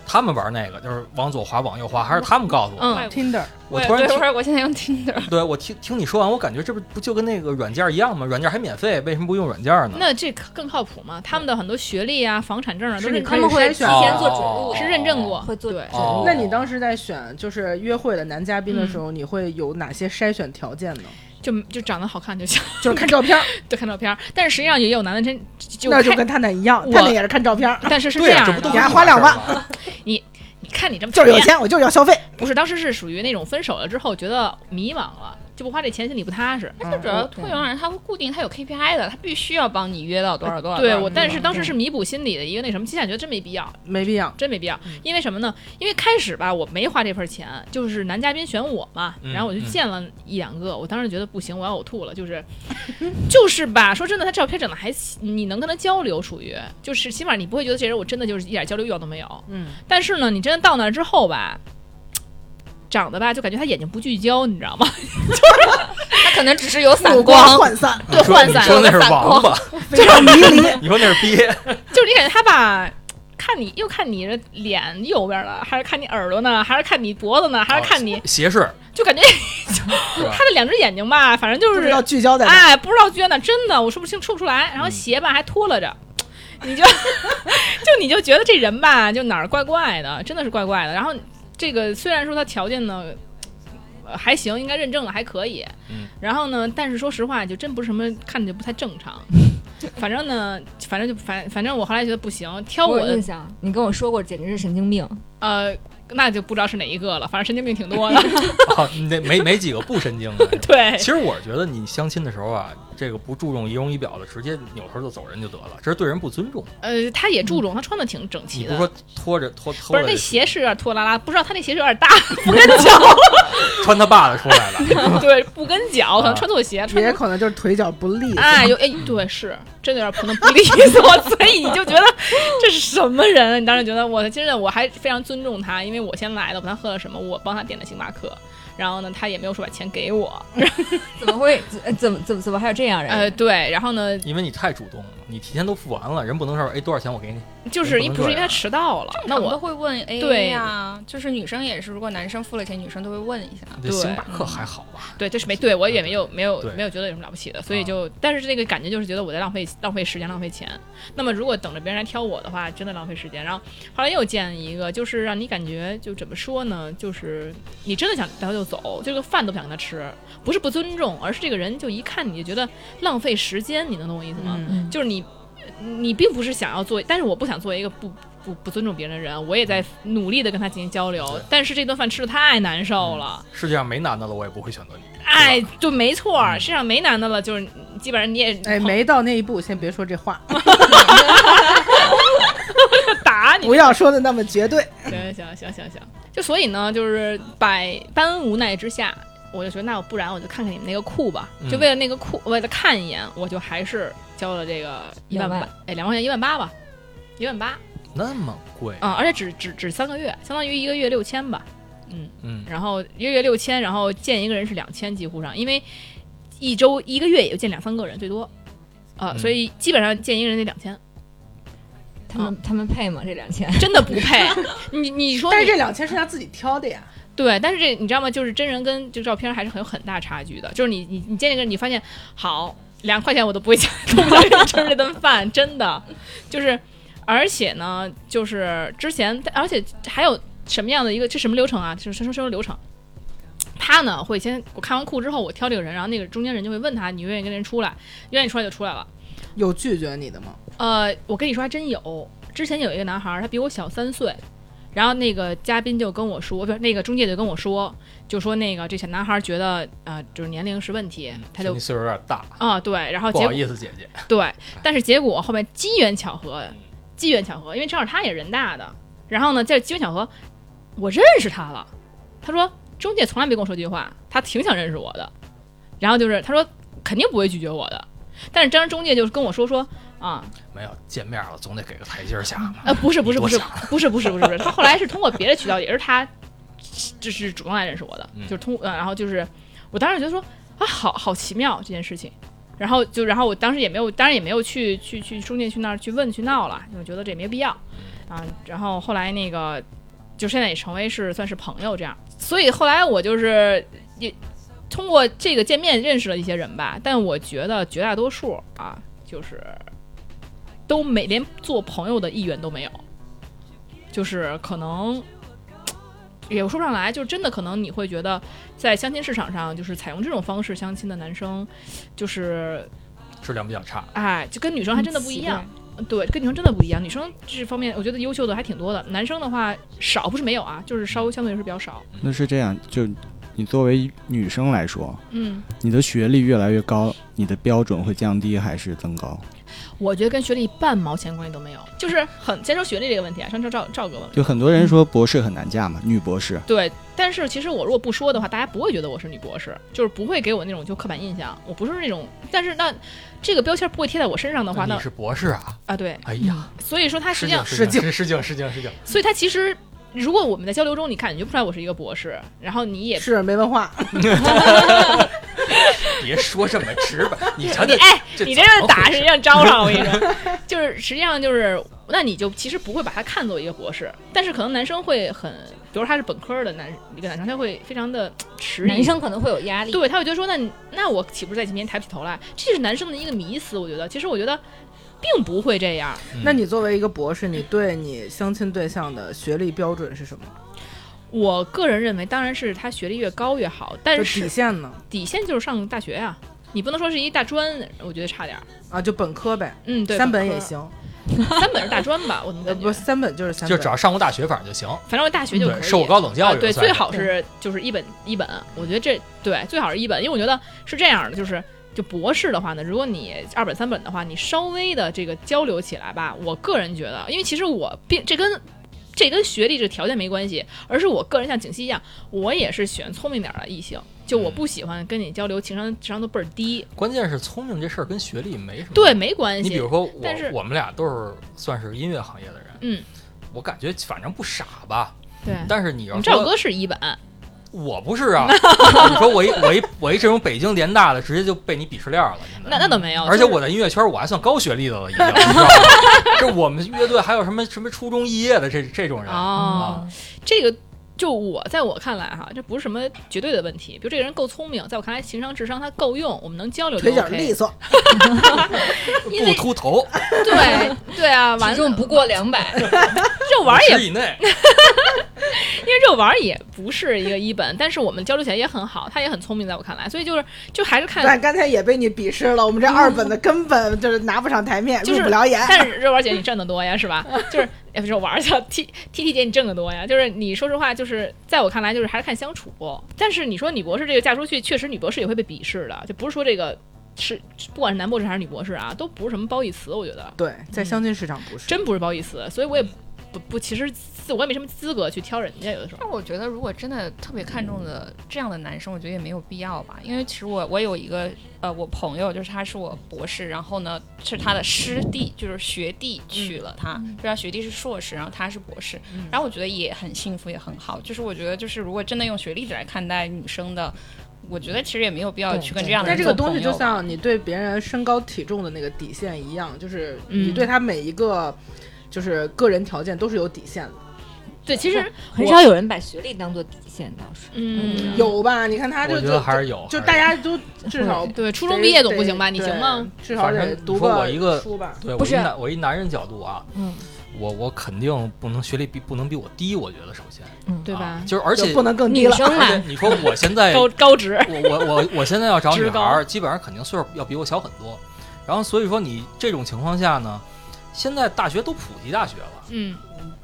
他们玩那个就是往左滑往右滑，还是他们告诉我。嗯， Tinder 我突然对，听我我现在用 Tinder，对我听听你说完，我感觉这不不就跟那个软件儿一样吗？软件儿还免费，为什么不用软件儿呢？那这更靠谱吗？他们的很多学历啊、房产证啊，都是你认可他以们会筛提选哦前做准入，是认证过，会做对准哦入。那你当时在选就是约会的男嘉宾的时候，你会有哪些筛选条件呢？就就长得好看就行。 <laughs> 就是看照片儿，对，看照片儿，但是实际上也有男的真就那 <laughs> 就看跟探探一样，我探探也是看照片儿，但是是对呀，样这不的，都你还一花码事儿两万 <laughs> 吗？你看你这么就是有讨厌，钱我就是要消费。不是当时是属于那种分手了之后觉得迷茫了，就不花这钱心里不踏实。它主要会有人，他会固定，他有 KPI 的，他必须要帮你约到多少多少。对多少嗯我，但是当时对是弥补心里的一个那什么，现在觉得真没必要， <laughs> 没必要。真没必要。因为什么呢？因为开始吧，我没花这份钱，就是男嘉宾选我嘛，嗯然后我就嗯见了一两个，我当时觉得不行，我要呕吐了，就是 <laughs> 就是吧，说真的，他照片整的还行，你能跟他交流，属于就是起码你不会觉得这人我真的就是一点交流欲望都没有，嗯，但是呢，你真的到那儿之后吧，长得吧，就感觉他眼睛不聚焦，你知道吗？他可能只是有散目光光，涣散，对，涣你散，说就那是散光王八， <laughs> 非 <laughs> 常迷离。你说那是鳖。是你感觉他吧，看你又看你的脸右边了，还是看你耳朵呢，还是看你脖子呢， <laughs> 哦还是看你，斜视， <laughs> 就感觉是吧 <laughs> 他？的两只眼睛吧，反正就不是知道聚焦在哪儿，哎，不知道捐的，真的我说不清说不出来。然后嗯鞋吧还脱了着， <laughs> 你就就你就觉得这人吧，就哪儿怪怪的，真的是怪怪的。然后这个虽然说他条件呢。呃还行，应该认证了，还可以。嗯然后呢，但是说实话，就真不是什么看着就不太正 <laughs> 常。反正呢，反正就反反正我后来觉得不行，挑我我有的印象，你跟我说过，简直是神经病。呃那就不知道是哪一个了，反正神经病挺多的。 <laughs> 啊，那没没几个不神经的。是吧对其，实我觉得你相亲的时候啊，这个不注重仪容仪表的，直接扭头就走人就得了，这是对人不尊重。呃，他也注重，他穿的挺整齐你的不。说拖着拖偷不是着那鞋是有点拖拉拉，不知道他那鞋是有点大，不跟穿他爸的出 <laughs> 来了，脚，对，不跟脚，可能穿错鞋，穿也错可能就是腿脚不利索。哎，有哎，对，是真的有点不能不利索，所以你就觉得这是什么人？你当时觉得我真的我还非常尊重他，因为我先来的，我跟他喝了什么，我帮他点的星巴克。然后呢，他也没有说把钱给我，怎么会？怎怎么怎么怎么还有这样人？呃，对，然后呢，因为你太主动了，你提前都付完了，人不能说哎多少钱我给你，就是因不是因为他迟到了，那我们都我会问 A 对 A 呀，就是女生也是，如果男生付了钱，女生都会问一下。这对星巴克还好吧？对，就是没对我也没有没有对啊没有觉得有什么了不起的，所以就，但是这个感觉就是觉得我在浪费浪费时间浪费钱。那么如果等着别人来挑我的话，真的浪费时间。然后后来又见一个，就是让你感觉就怎么说呢，就是你真的想带他就走，这个饭都不想跟他吃，不是不尊重，而是这个人就一看你就觉得浪费时间，你能懂我意思吗？嗯，嗯，就是你，你并不是想要做，但是我不想做一个不不不尊重别人的人，我也在努力的跟他进行交流嗯对，但是这顿饭吃的太难受了。世界上没男的了，我也不会选择你。哎对吧，嗯就没错儿，世上没男的了，就是基本上你也哎，没到那一步，先别说这话，打你。不要说的那么绝对。行行行行行，就所以呢，就是百般无奈之下，我就觉得那我不然我就看看你们那个库吧，嗯就为了那个库，为了看一眼，我就还是交了这个一万两八万，哎，两万块钱一万八吧，一万八那么贵，啊、而且只只只三个月，相当于一个月六千吧，嗯，嗯，然后一个月六千，然后见一个人是两千，几乎上，因为一周一个月也就见两三个人最多，啊、嗯所以基本上见一个人得两千。他们他们配吗？这两千？真的不 <laughs> 配。你你说你，但是这两千是他自己挑的呀，对，但是这你知道吗？就是真人跟这照片还是很有很大差距的。就是你你你见一个人，你发现好两块钱我都不会 <laughs> 想都不想吃这顿饭，真的就是，而且呢，就是之前，而且还有什么样的一个这什么流程啊？就是什么什么流程？他呢会先我看完库之后，我挑这个人，然后那个中间人就会问他，你愿意跟人出来？愿意出来就出来了。有拒绝你的吗？呃，我跟你说，还真有。之前有一个男孩儿，他比我小三岁，然后那个嘉宾就跟我说，不是那个中介就跟我说，就说那个这小男孩儿觉得呃，就是年龄是问题，他就你岁数有点大，啊、对，然后不结好果意思，哎嗯姐姐。对，但是结果后面机缘巧合，机缘巧合，因为正好他也人大的，然后呢，这机缘巧合，我认识他了。他说中介从来没跟我说这句话，他挺想认识我的，然后就是他说肯定不会拒绝我的，但是当时中介就跟我说说啊，没有见面了，总得给个台阶下 <laughs> 嘛。呃，不是不是你不是多想不是不是不是不是，他后来是通过别的渠道，也是他，就是主动来认识我的，嗯就是通，呃然后就是我当时觉得说啊，好好奇妙这件事情，然后就然后我当时也没有，当然也没有去去去中介去那儿去问去闹了，因为我觉得这也没必要嗯啊。然后后来那个就现在也成为是算是朋友这样，所以后来我就是也通过这个见面认识了一些人吧，但我觉得绝大多数啊，就是都没连做朋友的意愿都没有，就是可能也说不上来，就真的可能你会觉得在相亲市场上，就是采用这种方式相亲的男生，就是质量比较差，哎，就跟女生还真的不一样。对，跟女生真的不一样。女生这方面，我觉得优秀的还挺多的。男生的话少，不是没有啊，就是稍微相对是比较少。那是这样，就你作为女生来说，嗯，你的学历越来越高，你的标准会降低还是增高？我觉得跟学历半毛钱关系都没有。就是很先说学历这个问题啊，上周赵赵哥问就很多人说博士很难嫁嘛，女博士，对，但是其实我如果不说的话，大家不会觉得我是女博士，就是不会给我那种就刻板印象，我不是那种。但是那这个标签不会贴在我身上的话，你那是博士啊？啊对，哎呀，所以说他实失际上敬，失敬，失敬，失敬，失敬。所以他其实如果我们在交流中，你感觉不出来我是一个博士，然后你也是没文化，别说这么直白， <laughs> 你瞧你这，哎，啊这你这怎个么打回实事际上招上，我跟你说，就是实际上就是，那你就其实不会把他看作一个博士，但是可能男生会很，比如他是本科的男一个男生，他会非常的迟疑，男生可能会有哎压力。对他会觉得说，那你那我岂不是在你面前抬不起头来？这是男生的一个迷思，我觉得，其实我觉得并不会这样，嗯那你作为一个博士，你对你相亲对象的学历标准是什么？我个人认为，当然是他学历越高越好，就但底是线呢？底线就是上大啊学呀、你不能说是一大专，我觉得差点儿。啊，就本科呗，嗯，对，三本本也科行。三本是大专吧，我怎么呃，感不，觉？三本就是三就本，只要上过大学，反正就行。反正我大学就可对，以嗯受过高等教啊，育，对，算最是嗯好是就是一本一本，我觉得这对最好是一本，因为我觉得是这样的，就是就博士的话呢，如果你二本三本的话，你稍微的这个交流起来吧，我个人觉得，因为其实我并这跟。这跟学历这个条件没关系，而是我个人像景熙一样，我也是喜欢聪明点儿的异性。就嗯我不喜欢跟你交流，情商智商都倍儿低。关键是聪明这事儿跟学历没什么。对，，没关你比系如。说我但是，我们俩都是算是音乐行业的人，嗯，我感觉反正不傻吧。对，但是你要你赵说哥是一本，我不是 <laughs> 啊，你说我一我一我一这种北京联大的，直接就被你鄙视链了。真的那那倒没有。而且哦就是我在音乐圈我还算高学历的了，已经。你 <laughs> 知道吗这我们乐队还有什么什么初中毕业的这这种人，啊哦，嗯这个就我在我看来哈，这不是什么绝对的问题。比如这个人够聪明，在我看来情商智商他够用，我们能交流就腿脚 OK。利索，因为不秃头，对对啊，完体重了不过两百，肉丸儿也十以 <laughs> 内。因为肉丸儿也不是一个一本，但是我们交流起来也很好，他也很聪明，在我看来，所以就是就还是看。但刚才也被你鄙视了，我们这二本的根本就是拿不上台 <laughs> 面，就是入不了眼。但是肉丸儿姐你挣得多呀，是 <laughs> 吧？就是也不是肉丸儿姐 T T T 姐你挣得多呀。就是你说实话，就是在我看来，就是还是看相处。但是你说女博士这个嫁出去，确实女博士也会被鄙视的，就不是说这个是不管是男博士还是女博士啊，都不是什么褒义词，我觉得。对，在相亲市场不是，嗯真不是褒义词，所以我也不不，其实自我也没什么资格去挑人家，有的时候。但我觉得，如果真的特别看重的这样的男生，我觉得也没有必要吧。因为其实我我有一个呃，我朋友就是他是我博士，然后呢是他的师弟，就是学弟娶了他，就他学弟是硕士，然后他是博士，然后我觉得也很幸福，也很好。就是我觉得，就是如果真的用学历来看待女生的，我觉得其实也没有必要去跟这样的但人这个做东朋友吧。西就啊像你对别人身高体重的那个底线一样，就是你嗯对他每一个就是个人条件都是有底线的。对，其实很少有人把学历当做底线，倒是。 <laughs> 嗯有吧？你看他就我觉就得还是有，就还是大家都 <laughs> 至少对初初中毕业总不行吧？你行吗？？对至少反得正读你说个我一个书吧。有对不我一是男我一男人角度啊，嗯，我我肯定不能学历比不能比我低，我觉得首先，对吧啊？就是而且就不能更低女了，生而且嘛，你说我现在啊高我高职，我我我现在要找女 <laughs> 职孩高儿，基本上肯定岁数要比我小很多，然后所以说你这种情况下呢，现在大学都普及大学了，嗯，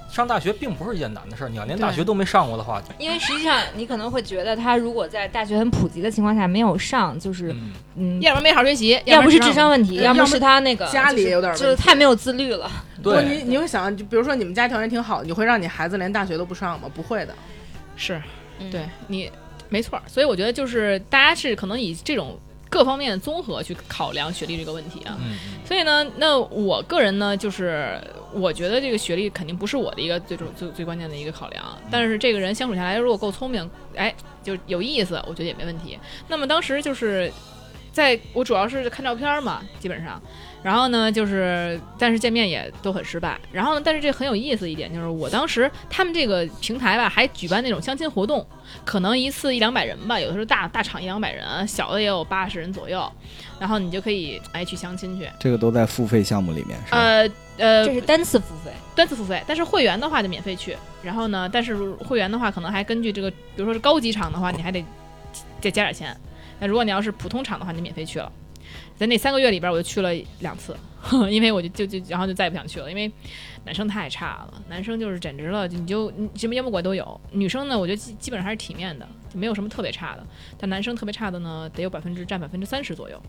上大学并不是一件难的事儿，你要连大对学都没上过的话，因为实际上你可能会觉得他如果在大学很普及的情况下没有上，就是嗯，嗯，要不然没好好学习，要不不是智商问题，对要要么么是他那个家里就是有点问就是题太没有自律了。不，对，你你会想，就比如说你们家条件挺好，你会让你孩子连大学都不上吗？不会的，是嗯对你没错儿。所以我觉得就是大家是可能以这种各方面综合去考量学历这个问题啊。嗯，所以呢，那我个人呢，就是我觉得这个学历肯定不是我的一个最重最最关键的一个考量，但是这个人相处下来，如果够聪明，哎，就是有意思，我觉得也没问题。那么当时就是，在我主要是看照片嘛，基本上，然后呢，就是但是见面也都很失败。然后呢，但是这很有意思一点就是，我当时他们这个平台吧，还举办那种相亲活动，可能一次一两百人吧，有的时候大大厂一两百人，小的也有八十人左右，然后你就可以哎去相亲去。这个都在付费项目里面，是吧？呃这呃，是单次付费，单次付费，但是会员的话就免费去。然后呢，但是如会员的话，可能还根据这个，比如说是高级场的话，你还得再加点钱。那如果你要是普通场的话，你就免费去了。在那三个月里边，我就去了两次，因为我就就就然后就再也不想去了，因为男生太差了，男生就是简直了，就你就你什么妖魔鬼都有。女生呢，我觉得基基本上还是体面的，就没有什么特别差的。但男生特别差的呢，得有百分之占百分之三十左右，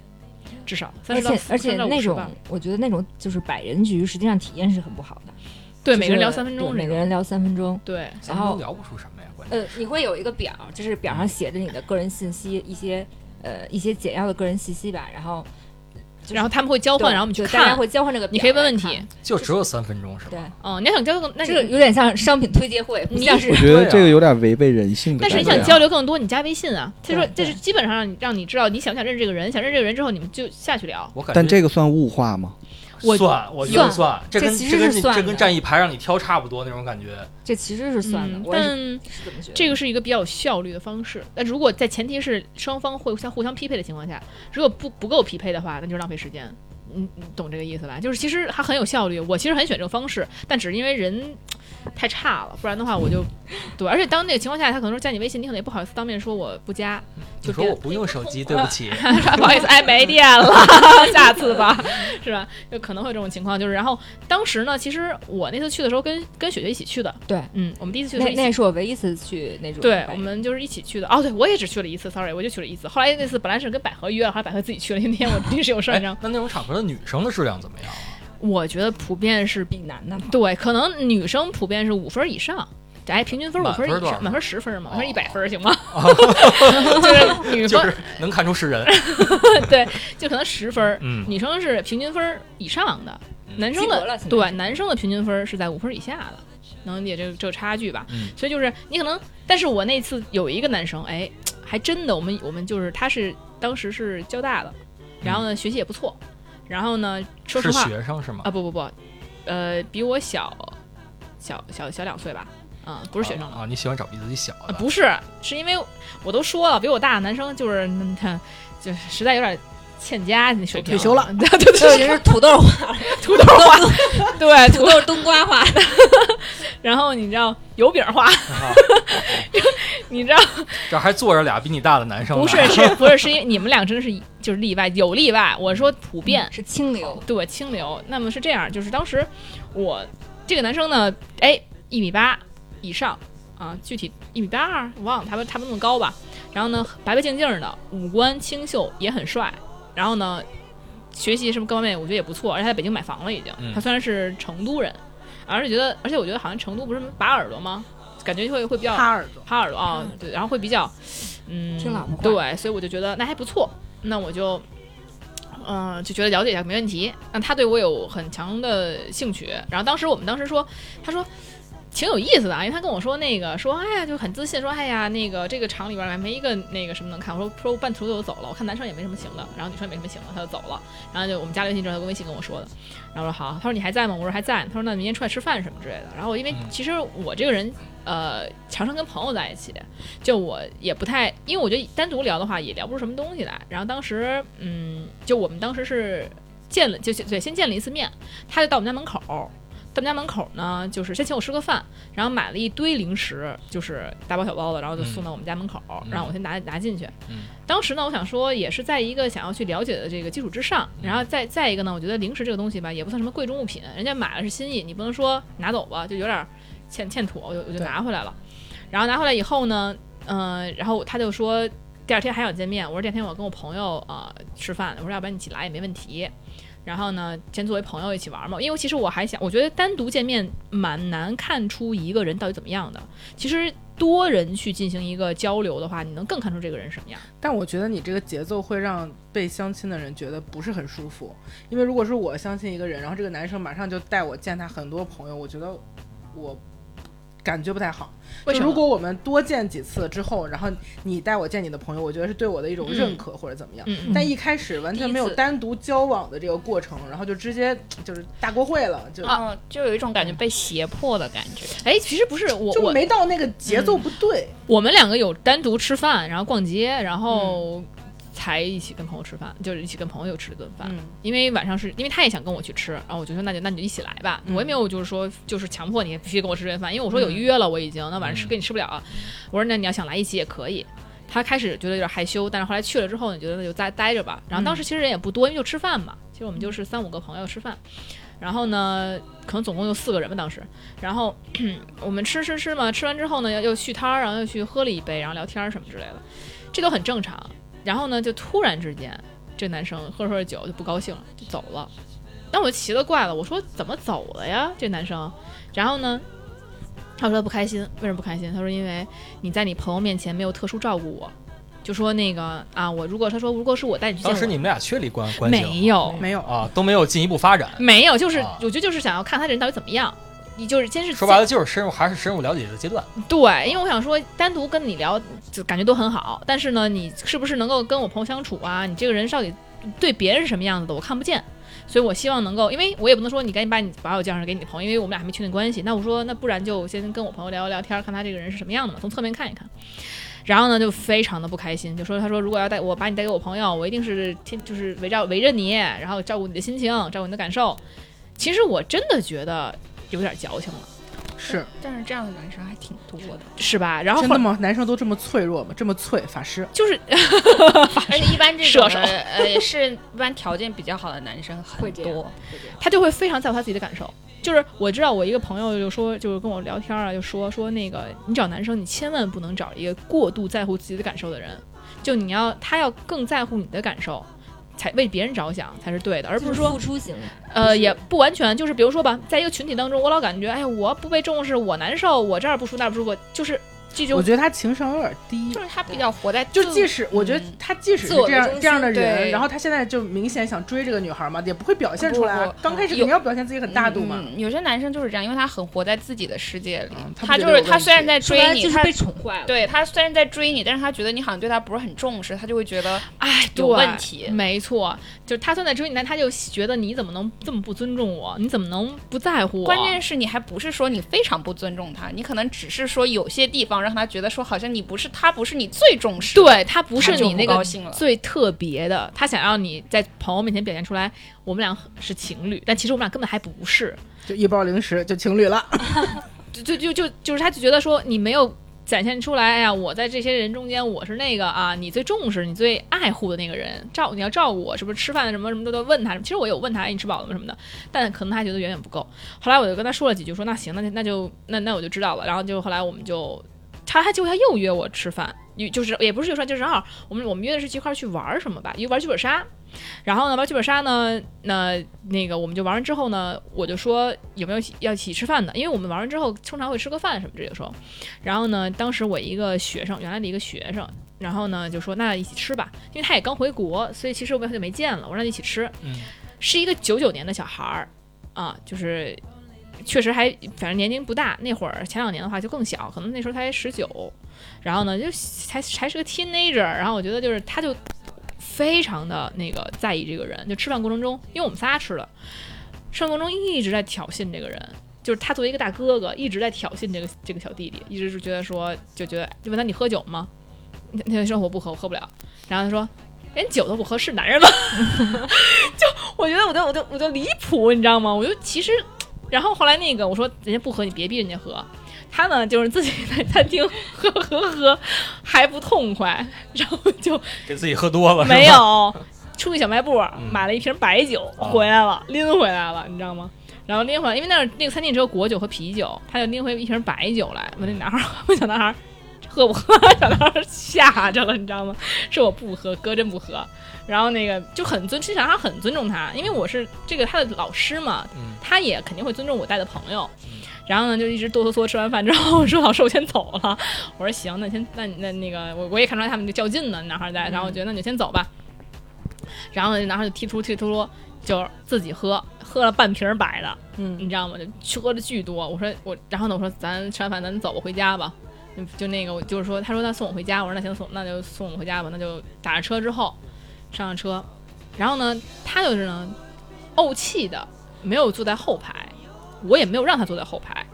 至少三而十到且而且30到那50种吧我觉得那种就是百人局，实际上体验是很不好的。对就是每个人聊三分对钟这每个种，人聊三分钟。对。咱们都聊不出什么呀，关键。呃，你会有一个表，就是表上写着你的个人信息，一些呃一些简要的个人信息吧，然后就是然后他们会交换，对然后我们去对大家看。会交换这个表你可以问问来题看，，就只有三分钟是吧？对，嗯，你要想交流更，那这个你有点像商品推介会，不你像是我觉得这个有点违背人性的但感是觉啊。你想交流更多，你加微信啊。他对说对这是基本上让你让你知道你想不想认识这个人，想认识这个人之后，你们就下去聊。我感觉但这个算物化吗？我算，我觉得算算，这这跟其这实跟是你算这跟的站一排让你挑差不多那种感觉。这其实是算的，嗯我也是但是怎么觉得？这个是一个比较有效率的方式。那如果在前提是双方会相互相匹配的情况下，如果不不够匹配的话，那就是浪费时间。你你懂这个意思吧？就是其实还很有效率。我其实很喜欢这个方式，但只是因为人太差了，不然的话我就对。而且当那个情况下，他可能说加你微信，你可能也不好意思当面说我不加，你就说这我不用 <laughs> 手机，对不起。说不好意思，哎，没电 <laughs> 了，下次吧，是吧？就可能会有这种情况，就是然后当时呢，其实我那次去的时候跟跟雪雪一起去的，对嗯，我们第一次去的时那候一起那是我唯一一次去那种对百，我们就是一起去的。哦，对，我也只去了一次，sorry，我就去了一次。后来那次本来是跟百合约了，后来百合自己去了，因为那天我临时有 <laughs> 事儿，哎，你知道那吗？那种场合的女生的质量怎么样啊？我觉得普遍是比男的嘛，对，可能女生普遍是五分儿以上。哎，平均分五满分分儿儿以多少上，满分十分儿嘛，满分哦一百分儿行 <laughs> 吗？就是女就方是能看出 <laughs> 是人。对，就可能十分儿，嗯女生是平均分儿以上的，嗯男生及格了的现在对男生的平均分儿是在五分儿以下的，能理解这个这个差距吧？嗯所以就是你可能，但是我那次有一个男生，哎，还真的，我们我们就是他是当时是交大的，然嗯后呢、学习也不错，然后呢说实是话学生是吗啊？不不不，呃比我小小小小两岁吧，嗯不是学生了。哦啊，你喜欢找比自己小啊，的？不是，是因为我都说了，比我大的男生就是嗯他，就实在有点欠佳那水平。退休了 <laughs> 对对就对，是土豆花，土豆 <laughs> 花，对土 <laughs> 土豆。豆冬瓜花，然后你知道油饼花， <laughs> 啊你知道这还坐着俩比你大的男生呢。不是是不是是因为你们俩真的是就是例外，有例外。我说普遍，是清流，对清流。那么是这样，就是当时我这个男生呢，哎，一米八以上啊，具体一米八二，我忘了，差不多差不多那么高吧。然后呢，白白净净的，五官清秀，也很帅。然后呢，学习什么各方面我觉得也不错，而且他在北京买房了已经。嗯他虽然是成都人，而且觉得，而且我觉得好像成都不是拔耳朵吗？感觉会会比较耙耳朵，哈尔多啊，对，然后会比较，嗯，听老婆话对，所以我就觉得那还不错，那我就，嗯、就觉得了解一下没问题。那他对我有很强的兴趣，然后当时我们当时说，他说。挺有意思的啊，因为他跟我说那个说，哎呀，就很自信，说，哎呀，那个这个厂里边儿没一个那个什么能看。我说，说我半途就走了，我看男生也没什么行的，然后女生也没什么行的，他就走了。然后就我们加了微信之后，他跟微信跟我说的，然后我说好，他说你还在吗？我说还在。他说那明天出来吃饭什么之类的。然后我因为嗯其实我这个人呃，常常跟朋友在一起，就我也不太，因为我觉得单独聊的话也聊不出什么东西来。然后当时，嗯，就我们当时是见了，就就对，先见了一次面，他就到我们家门口，到我们家门口呢，就是先请我吃个饭，然后买了一堆零食，就是大包小包的，然后就送到我们家门口，嗯让我先拿拿进去。嗯当时呢，我想说也是在一个想要去了解的这个基础之上，然后再再一个呢，我觉得零食这个东西吧，也不算什么贵重物品，人家买了是心意，你不能说拿走吧，就有点儿欠欠妥，我就我就拿回来了。然后拿回来以后呢，嗯、然后他就说第二天还想见面，我说第二天我跟我朋友啊、呃吃饭，我说要不然你一起来也没问题。然后呢，先作为朋友一起玩嘛，因为其实我还想，我觉得单独见面蛮难看出一个人到底怎么样的。其实多人去进行一个交流的话，你能更看出这个人什么样。但我觉得你这个节奏会让被相亲的人觉得不是很舒服，因为如果是我相亲一个人，然后这个男生马上就带我见他很多朋友，我觉得我感觉不太好。为什就么？如果我们多见几次之后，然后你带我见你的朋友，我觉得是对我的一种嗯认可或者怎么样。嗯嗯但一开始完全没有第一次单独交往的这个过程，然后就直接就是大锅会了，就、啊，就有一种感觉被胁迫的感觉。哎，其实不是我就我没到那个节奏不对。我们两个有单独吃饭，然后逛街，然嗯后才一起跟朋友吃饭，就是一起跟朋友吃了顿饭。嗯，因为晚上是因为他也想跟我去吃，然后我就说那就那你就一起来吧，嗯我也没有就是说就是强迫你必须跟我吃这顿饭，因为我说有约了我已经，那晚上吃跟你吃不了啊，我说那你要想来一起也可以。他开始觉得有点害羞，但是后来去了之后，你觉得那就再待着吧。然后当时其实人也不多，因为就吃饭嘛，其实我们就是三五个朋友吃饭，然后呢，可能总共就四个人吧当时，然后 <clears throat> 我们吃吃吃嘛，吃完之后呢又又续摊儿，然后又去喝了一杯，然后聊天儿什么之类的，这都很正常。然后呢，就突然之间，这男生喝着喝着酒就不高兴了，就走了。那我就奇了怪了，我说怎么走了呀？这男生，然后呢，他说不开心，为什么不开心？他说因为你在你朋友面前没有特殊照顾我，就说那个啊，我如果他说如果是我带你去见当我，时你们俩确立关关系了吗没有没有，啊，都没有进一步发展。没有，就是、啊我觉得就是想要看他这人到底怎么样。你就是先是说白了就是深入，还是深入了解的阶段。对，因为我想说，单独跟你聊就感觉都很好，但是呢，你是不是能够跟我朋友相处啊？你这个人到底对别人是什么样子的，我看不见。所以我希望能够，因为我也不能说你赶紧把你把我介绍给你的朋友，因为我们俩还没确定关系。那我说，那不然就先跟我朋友聊一聊天，看他这个人是什么样的嘛，从侧面看一看。然后呢，就非常的不开心，就说他说如果要带我把你带给我朋友，我一定是天就是围绕围着你，然后照顾你的心情，照顾你的感受。其实我真的觉得有点矫情了。是但是这样的男生还挺多 <laughs> 的，是吧？然后真后的来吗？男生都这么脆弱吗？这么脆，法师就是而且一般这种射手的呃是一般条件比较好的男生会很这样多，会这样他就会非常在乎他自己的感受。就是我知道我一个朋友就说，就是跟我聊天啊，就说说那个你找男生，你千万不能找一个过度在乎自己的感受的人，就你要他要更在乎你的感受，才为别人着想才是对的，而不就是说付出型，呃，是也不完全，就是比如说吧，在一个群体当中，我老感觉，哎呀，我不被重视，我难受，我这儿不舒服那儿不舒服，就是这就我觉得他情商有点低就。是他比较活在就自即使我觉得嗯他即使是自我这样为中心这样的人，对然后他现在就明显想追这个女孩嘛，也不会表现出来啊不。不刚开始有你要表现自己很大度嘛，嗯有些男生就是这样，因为他很活在自己的世界里，嗯他他不觉就得是有他问虽然题在说白追了你，就是他被宠坏了。对他虽然在追你，但是他觉得你好像对他不是很重视，他就会觉得哎，对，有问题没错，就是他虽然在追你，但他就觉得你怎么能这么不尊重我？你怎么能不在乎我？关键是你还不是说你非常不尊重他，你可能只是说有些地方让他觉得说好像你不是他不是你最重视的，对他不是他就你那不个高兴了最特别的，他想让你在朋友面前表现出来，我们俩是情侣，但其实我们俩根本还不是。就一包零食就情侣了。就就就就就是他就觉得说你没有展现出来，哎呀，我在这些人中间我是那个啊，你最重视、你最爱护的那个人，照你要照顾我，是不是吃饭什么什么都都问他。其实我有问他，哎，你吃饱了吗什么的，但可能他觉得远远不够。后来我就跟他说了几句，说那行，那就那就那那我就知道了。然后就后来我们就他他结果他又约我吃饭，也就是也不是就说就是正好我们我们约的是一块儿去玩儿什么吧，一玩剧本杀。然后呢，玩剧本杀呢，那那个我们就玩完之后呢，我就说有没有一起要一起吃饭的，因为我们玩完之后通常会吃个饭什么这有时候。然后呢，当时我一个学生，原来的一个学生，然后呢就说那一起吃吧，因为他也刚回国，所以其实我们很久没见了，我让他一起吃，嗯，是一个九九年的小孩儿啊，就是确实还反正年龄不大，那会儿前两年的话就更小，可能那时候才十九，然后呢就才才是个 teenager，然后我觉得就是他就非常的那个在意这个人，就吃饭过程中，因为我们仨吃的，吃饭过程中一直在挑衅这个人。就是他作为一个大哥哥，一直在挑衅这个这个小弟弟，一直是觉得说，就觉得就问他你喝酒吗？他他就说我不喝，我喝不了。然后他说连酒都不喝是男人吗？我觉得我都我都我都离谱，你知道吗？我就其实，然后后来那个我说人家不喝，你别逼人家喝。他呢就是自己在餐厅喝喝喝，还不痛快，然后就给自己喝多了，是吧没，有出去小卖部嗯买了一瓶白酒回来了，拎回来了，你知道吗？然后拎回来，因为那儿那个餐厅只有果酒和啤酒，他就拎回一瓶白酒来，问那男孩儿，问小男孩儿喝不喝，小男孩儿吓着了， <laughs> 你知道吗？说我不喝，哥真不喝。然后那个就很尊，其实小男孩很尊重他，因为我是这个他的老师嘛，嗯他也肯定会尊重我带的朋友。然后呢，就一直哆哆嗦嗦。吃完饭之后，我说老师，我先走了。我说行，那先那那那个，我我也看出来他们就较劲呢，男孩在。然后我觉得那你就先走吧。然后呢，男孩就踢突踢突，就自己喝，喝了半瓶白的，嗯，你知道吗？就去喝的巨多。我说我，然后呢，我说咱吃完饭咱走吧，回家吧。就就那个，我就是说，他说他送我回家，我说那行送，那就送我们回家吧。那就打上车之后，上了车，然后呢，他就是呢，怄气的没有坐在后排，我也没有让他坐在后排，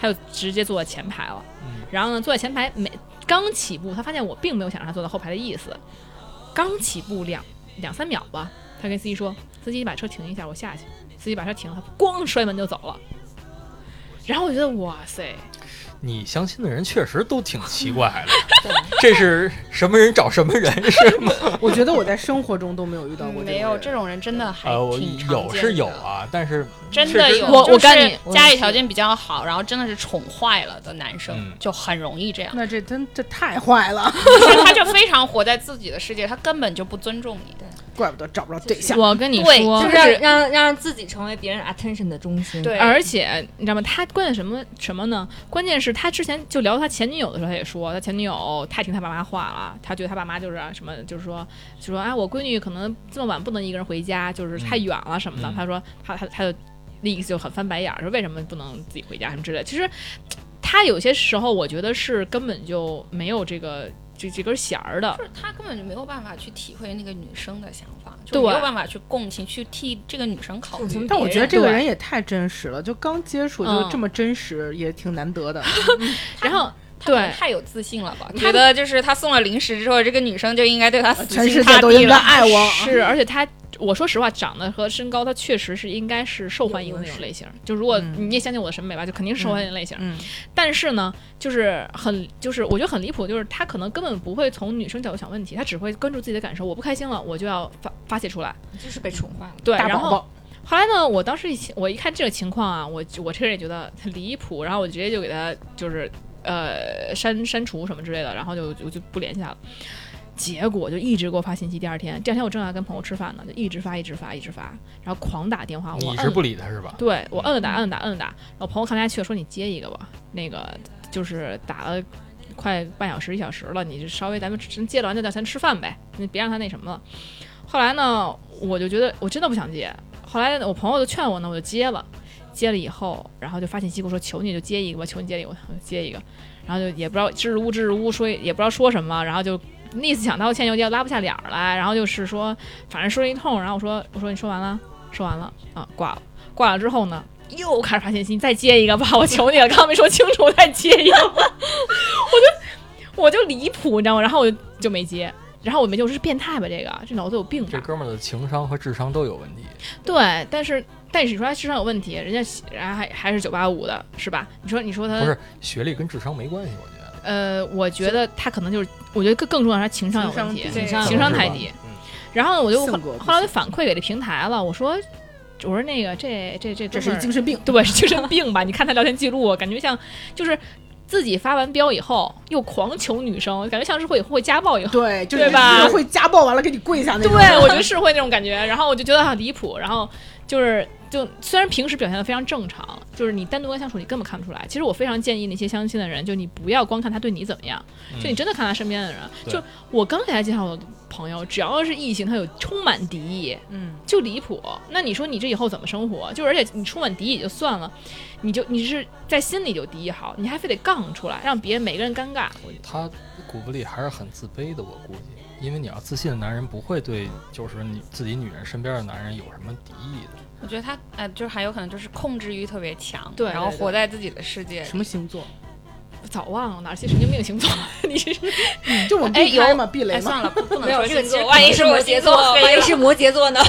他就直接坐在前排了。嗯然后呢，坐在前排没刚起步，他发现我并没有想让他坐在后排的意思，刚起步两两三秒吧，他跟司机说：“司机，你把车停一下，我下去。”司机把车停了，他咣摔门就走了。然后我觉得哇塞，你相亲的人确实都挺奇怪 <laughs> 的，这是什么人找什么人是 <laughs> 吗？嗯我觉得我在生活中都没有遇到过嗯没有这这种种人真的还呃，我挺常见的有是有，啊，但是真的有，我我就是干你我家里条件比较好，然后真的是宠坏了的男生嗯，就很容易这样 <laughs> 人。，那这真这太坏了，就是他就非常活在自己的世界，他根本就不尊重你。怪不得找不着对象。我跟你对说，就就是是让让让自己成为别人 attention 的中心。啊对，而且你知道吗？他关键什么什么呢？关键是他之前就聊他前女友的时候，他也说他前女友太听他爸妈话了，他觉得他爸妈就是啊什么，就是说就说啊，我闺女可能这么晚不能一个人回家，就是太远了什么的。嗯他说他他他的意思就很翻白眼儿，说为什么不能自己回家什么之类的。其实他有些时候我觉得是根本就没有这个这这根弦儿的就。是他根本就没有办法去体会那个女生的想法，就对没有办法去共情，去替这个女生考共情虑。但我觉得这个对人也太真实了，就刚接触就嗯这么真实，也挺难得的。然后他可能对太有自信了吧？他觉得就是他送了零食之后，这个女生就应该对他死呃全心世塌界都地应该了。爱我。 <laughs> 嗯是，啊而且他，我说实话，长得和身高，他确实是应该是受欢迎的那种类型。就如果嗯你也相信我的审美吧，就肯定是受欢迎的类型。嗯，但是呢，就是很，就是我觉得很离谱，就是他可能根本不会从女生角度想问题，他只会关注自己的感受。我不开心了，我就要发发泄出来。就是被宠坏了。对，大然宝后宝，后来呢，我当时一起我一看这个情况啊，我我这个人也觉得很离谱，然后我直接就给他就是呃删删除什么之类的，然后就我就不联系他了。结果就一直给我发信息，第二天，第二天我正要跟朋友吃饭呢，就一直发，一直发，一直发，然后狂打电话，我你是摁不理他是吧？对我摁了打，摁了打，摁了打，然后朋友看不下去了，说你接一个吧，那个就是打了快半小时一小时了，你就稍微咱们真接了完就叫咱吃饭呗，你别让他那什么了。后来呢，我就觉得我真的不想接，后来我朋友就劝我呢，我就接了，接了以后，然后就发信息跟我说求你就接一个吧，求你接一个，我就接一个，然后就也不知道支支吾吾支支吾吾说也不知道说什么，然后就。那次想道歉又要拉不下脸儿来，然后就是说，反正说了一通，然后我说我说你说完了，说完了啊，挂了。挂了之后呢，又开始发信息，你再接一个吧，我求你了，刚刚没说清楚，再接一个吧，我就我就离谱，你知道吗？然后我就就没接，然后我没就是变态吧，这个这脑子有病这吧？哥们儿的情商和智商都有问题。对，但是但是你说他智商有问题，人家人家还还是九八五的，是吧？你说你说他不是学历跟智商没关系，我觉得。呃，我觉得他可能就是，我觉得更更重要的是他情商有情商问题，低对情商太是吧低。嗯然后呢，我就性后格不行后来我就反馈给这平台了，我说我说那个这这这这哥是们儿一精神病。嗯对，是精神病吧？你看他聊天记录，感觉像就是自己发完飙以后又狂求女生，感觉像是会会家暴以后。对，就是对吧那种会家暴完了给你跪下那对，种。我 <laughs> 觉得是会那种感觉，然后我就觉得很离谱，然后就是就虽然平时表现的非常正常，就是你单独跟他相处你根本看不出来。其实我非常建议那些相亲的人，就你不要光看他对你怎么样，嗯就你真的看他身边的人。对就我刚给他介绍我的朋友，只要是异性，他有充满敌意，嗯，就离谱。那你说你这以后怎么生活？就而且你充满敌意也就算了，你就你是在心里就敌意好，你还非得杠出来，让别人每个人尴 <laughs> 尬。他骨子里还是很自卑的，我估计，因为你要自信的男人不会对就是你自己女人身边的男人有什么敌意的。我觉得他呃，就是还有可能就是控制欲特别强，对然后对对活在自己的世界里。什么星座？早忘了哪些神经病星座， <laughs> 你是嗯就我们哎避开有嘛，避雷哎，嘛。算了，不不能没有说这个星其实座万一可能是是我摩星羯座座，黑万一了是摩羯座呢？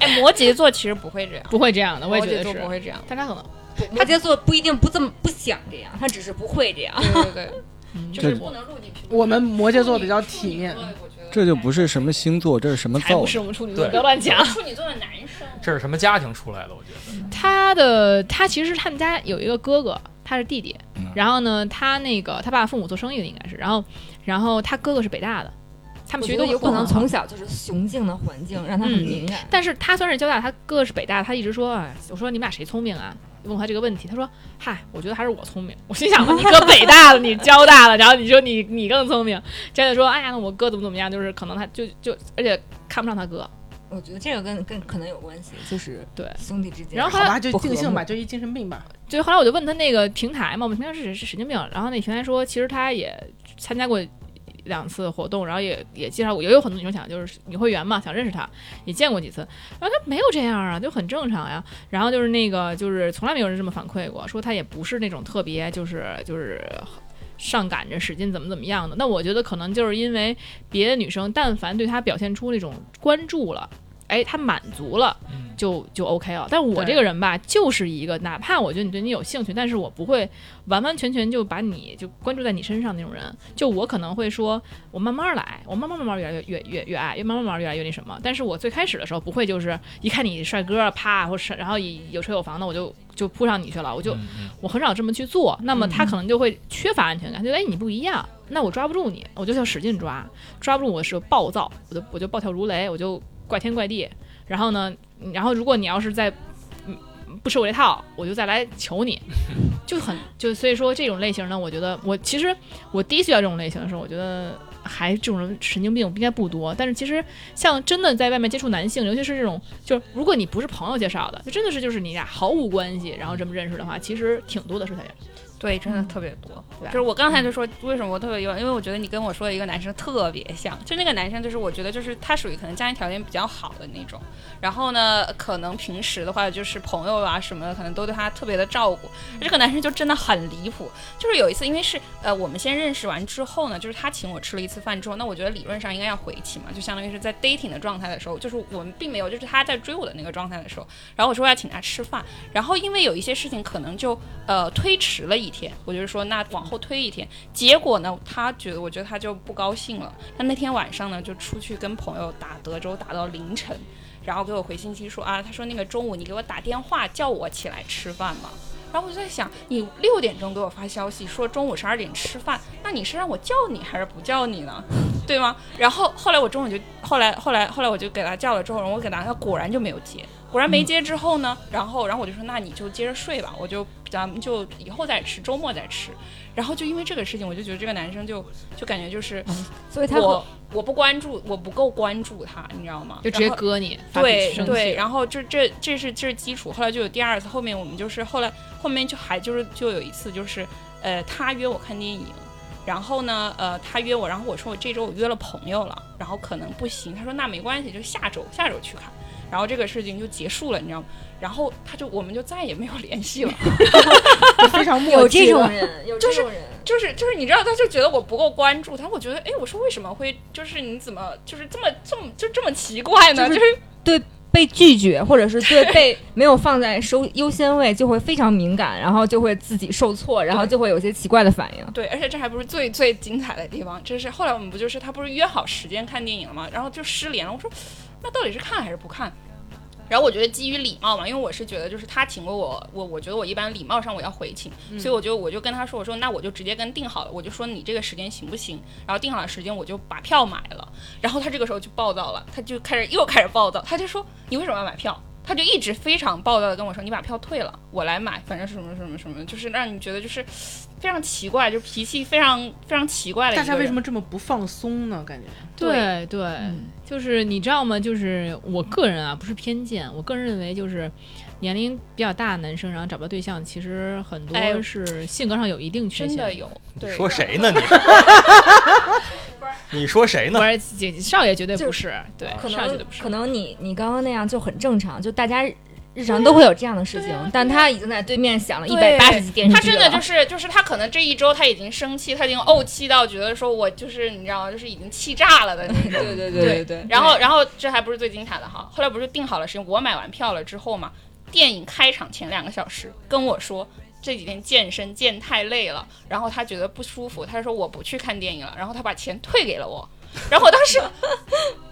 哎，摩羯座其实不会这样，不会这样的，我摩也觉得羯座不是。会这样。但他可能摩羯座不一定不这么不想这样，他只是不会这样。对对对，嗯 <laughs> 就是不能录进去。我们摩羯座比较体面处女座我觉得这就不是什么星座，这是什么才造不是的？我们处女座，对不要乱讲。处女座的男生，这是什么家庭出来的？我觉得他的他其实他们家有一个哥哥，他是弟弟嗯。然后呢，他那个他爸父母做生意的应该是，然后然后他哥哥是北大的，他们我学习觉得都有可很能好从小就是雄性的环境让他很嗯敏感。但是他虽然是交大，他哥是北大，他一直说，哎，我说你们俩谁聪明啊？问他这个问题，他说：“嗨，我觉得还是我聪明。”我心想：“你哥北大了，你交大了，然后你说你你更聪明。”真的说：“哎呀，那我哥怎么怎么样？”就是可能他就就，而且看不上他哥。我觉得这个跟跟可能有关系，就是对兄弟之间。然后好吧，就不和尽兴吧，睦就一精神病吧。就后来我就问他那个平台嘛，我们平台是是神经病，然后那平台说，其实他也参加过两次活动，然后也也介绍过，也有很多女生想就是女会员嘛，想认识他，也见过几次，然后他没有这样啊，就很正常呀。然后就是那个就是从来没有人这么反馈过，说他也不是那种特别就是就是。上赶着使劲怎么怎么样的？那我觉得可能就是因为别的女生，但凡对他表现出那种关注了，哎，他满足了，嗯就就 OK 了。但我对这个人吧，就是一个哪怕我觉得你对你有兴趣，但是我不会完完全全就把你就关注在你身上那种人。就我可能会说，我慢慢来，我慢慢慢慢越来越越越越爱，越慢慢慢慢越来越那什么。但是我最开始的时候不会，就是一看你帅哥啪，或是然后也有车有房的，我就就扑上你去了，我就、嗯嗯我很少这么去做。那么他可能就会缺乏安全感，觉得哎你不一样，那我抓不住你，我就要使劲抓，抓不住我是暴躁，我就我就暴跳如雷，我就怪天怪地。然后呢，嗯然后如果你要是再嗯不吃我这套，我就再来求你，就很就所以说这种类型呢，我觉得我其实我第一次遇到这种类型的时候，我觉得还这种人神经病应该不多。但是其实像真的在外面接触男性，尤其是这种就是如果嗯你不是朋友介绍的，就真的是就是你俩毫无关系，然后这么认识的话，其实挺多的是这样。对，真的特别多。嗯就是我刚才就说，为什么我特别意外，因为我觉得你跟我说的一个男生特别像，就那个男生就是我觉得就是他属于可能家庭条件比较好的那种，然后呢，可能平时的话就是朋友啊什么的，可能都对他特别的照顾。这个男生就真的很离谱，就是有一次因为是呃我们先认识完之后呢，就是他请我吃了一次饭之后，那我觉得理论上应该要回请嘛，就相当于是在 dating 的状态的时候，就是我们并没有就是他在追我的那个状态的时候，然后我说要请他吃饭，然后因为有一些事情可能就呃推迟了一天，我就是说那往后推一天。结果呢，他觉得我觉得他就不高兴了。他那天晚上呢就出去跟朋友打德州，打到凌晨，然后给我回信息说啊，他说那个中午你给我打电话叫我起来吃饭嘛。然后我就在想，你六点钟给我发消息说中午十二点吃饭，那你是让我叫你还是不叫你呢？对吗？然后后来我中午就后来后来后来我就给他叫了之后，然后我给他他果然就没有接，果然没接之后呢，然后然后我就说那你就接着睡吧，我就咱们就以后再吃，周末再吃。然后就因为这个事情，我就觉得这个男生就就感觉就是所以他很我我不关注，我不够关注他，你知道吗？就直接然后割你，发脾对气生对，气。然后这这这是这是基础，后来就有第二次，后面我们就是后来后面就还就是就有一次就是呃他约我看电影，然后呢呃他约我，然后我说我这周我约了朋友了，然后可能不行，他说那没关系，就下周下周去看。然后这个事情就结束了，你知道吗？然后他就我们就再也没有联系了， <laughs> 非常有默这契种了。人，有就这是种人，就是就是你知道，他就觉得我不够关注他，我觉得哎，我说为什么会就是你怎么就是这么这么就这么奇怪呢？就就是是被拒绝，或 <laughs> 者是对被没有放在收优先位，就会非常敏感，然后就会自己受挫，然后就会有些奇怪的反应。对，而且这还不是最最精彩的地方，这是后来我们不就是他不是约好时间看电影了吗？然后就失联了。我说那到底是看还是不看？然后我觉得基于礼貌嘛，因为我是觉得就是他请过我，我我觉得我一般礼貌上我要回请，嗯所以我就我就跟他说，我说那我就直接跟定好了，我就说你这个时间行不行？然后定好了时间，我就把票买了。然后他这个时候就暴躁了，他就开始又开始暴躁，他就说你为什么要买票？他就一直非常暴躁的跟我说你把票退了，我来买，反正什么什么什么，就是让你觉得就是非常奇怪，就脾气非常非常奇怪的一个大人。家为什么这么不放松呢？感觉对对，嗯就是你知道吗？就是我个人啊，不是偏见，我个人认为就是年龄比较大的男生，然后找不到对象，其实很哎多是性格上有一定缺真陷。的有？你对，说谁呢？你你说谁呢不？是姐少爷绝对不是，对，可少爷绝对能不是。可能你你刚刚那样就很正常，就大家日常都会有这样的事情，对啊但他已经在对面想了一百对八十集电视他剧真的了。就是就是他可能这一周他已经生气，他已经怄气到觉得说我就是你知道吗就是已经气炸了的那种。对对对对然后，然后这还不是最精彩的哈。后来不是定好了时间，我买完票了之后嘛，电影开场前两个小时跟我说这几天健身健太累了，然后他觉得不舒服，他说我不去看电影了，然后他把钱退给了我。然后我当时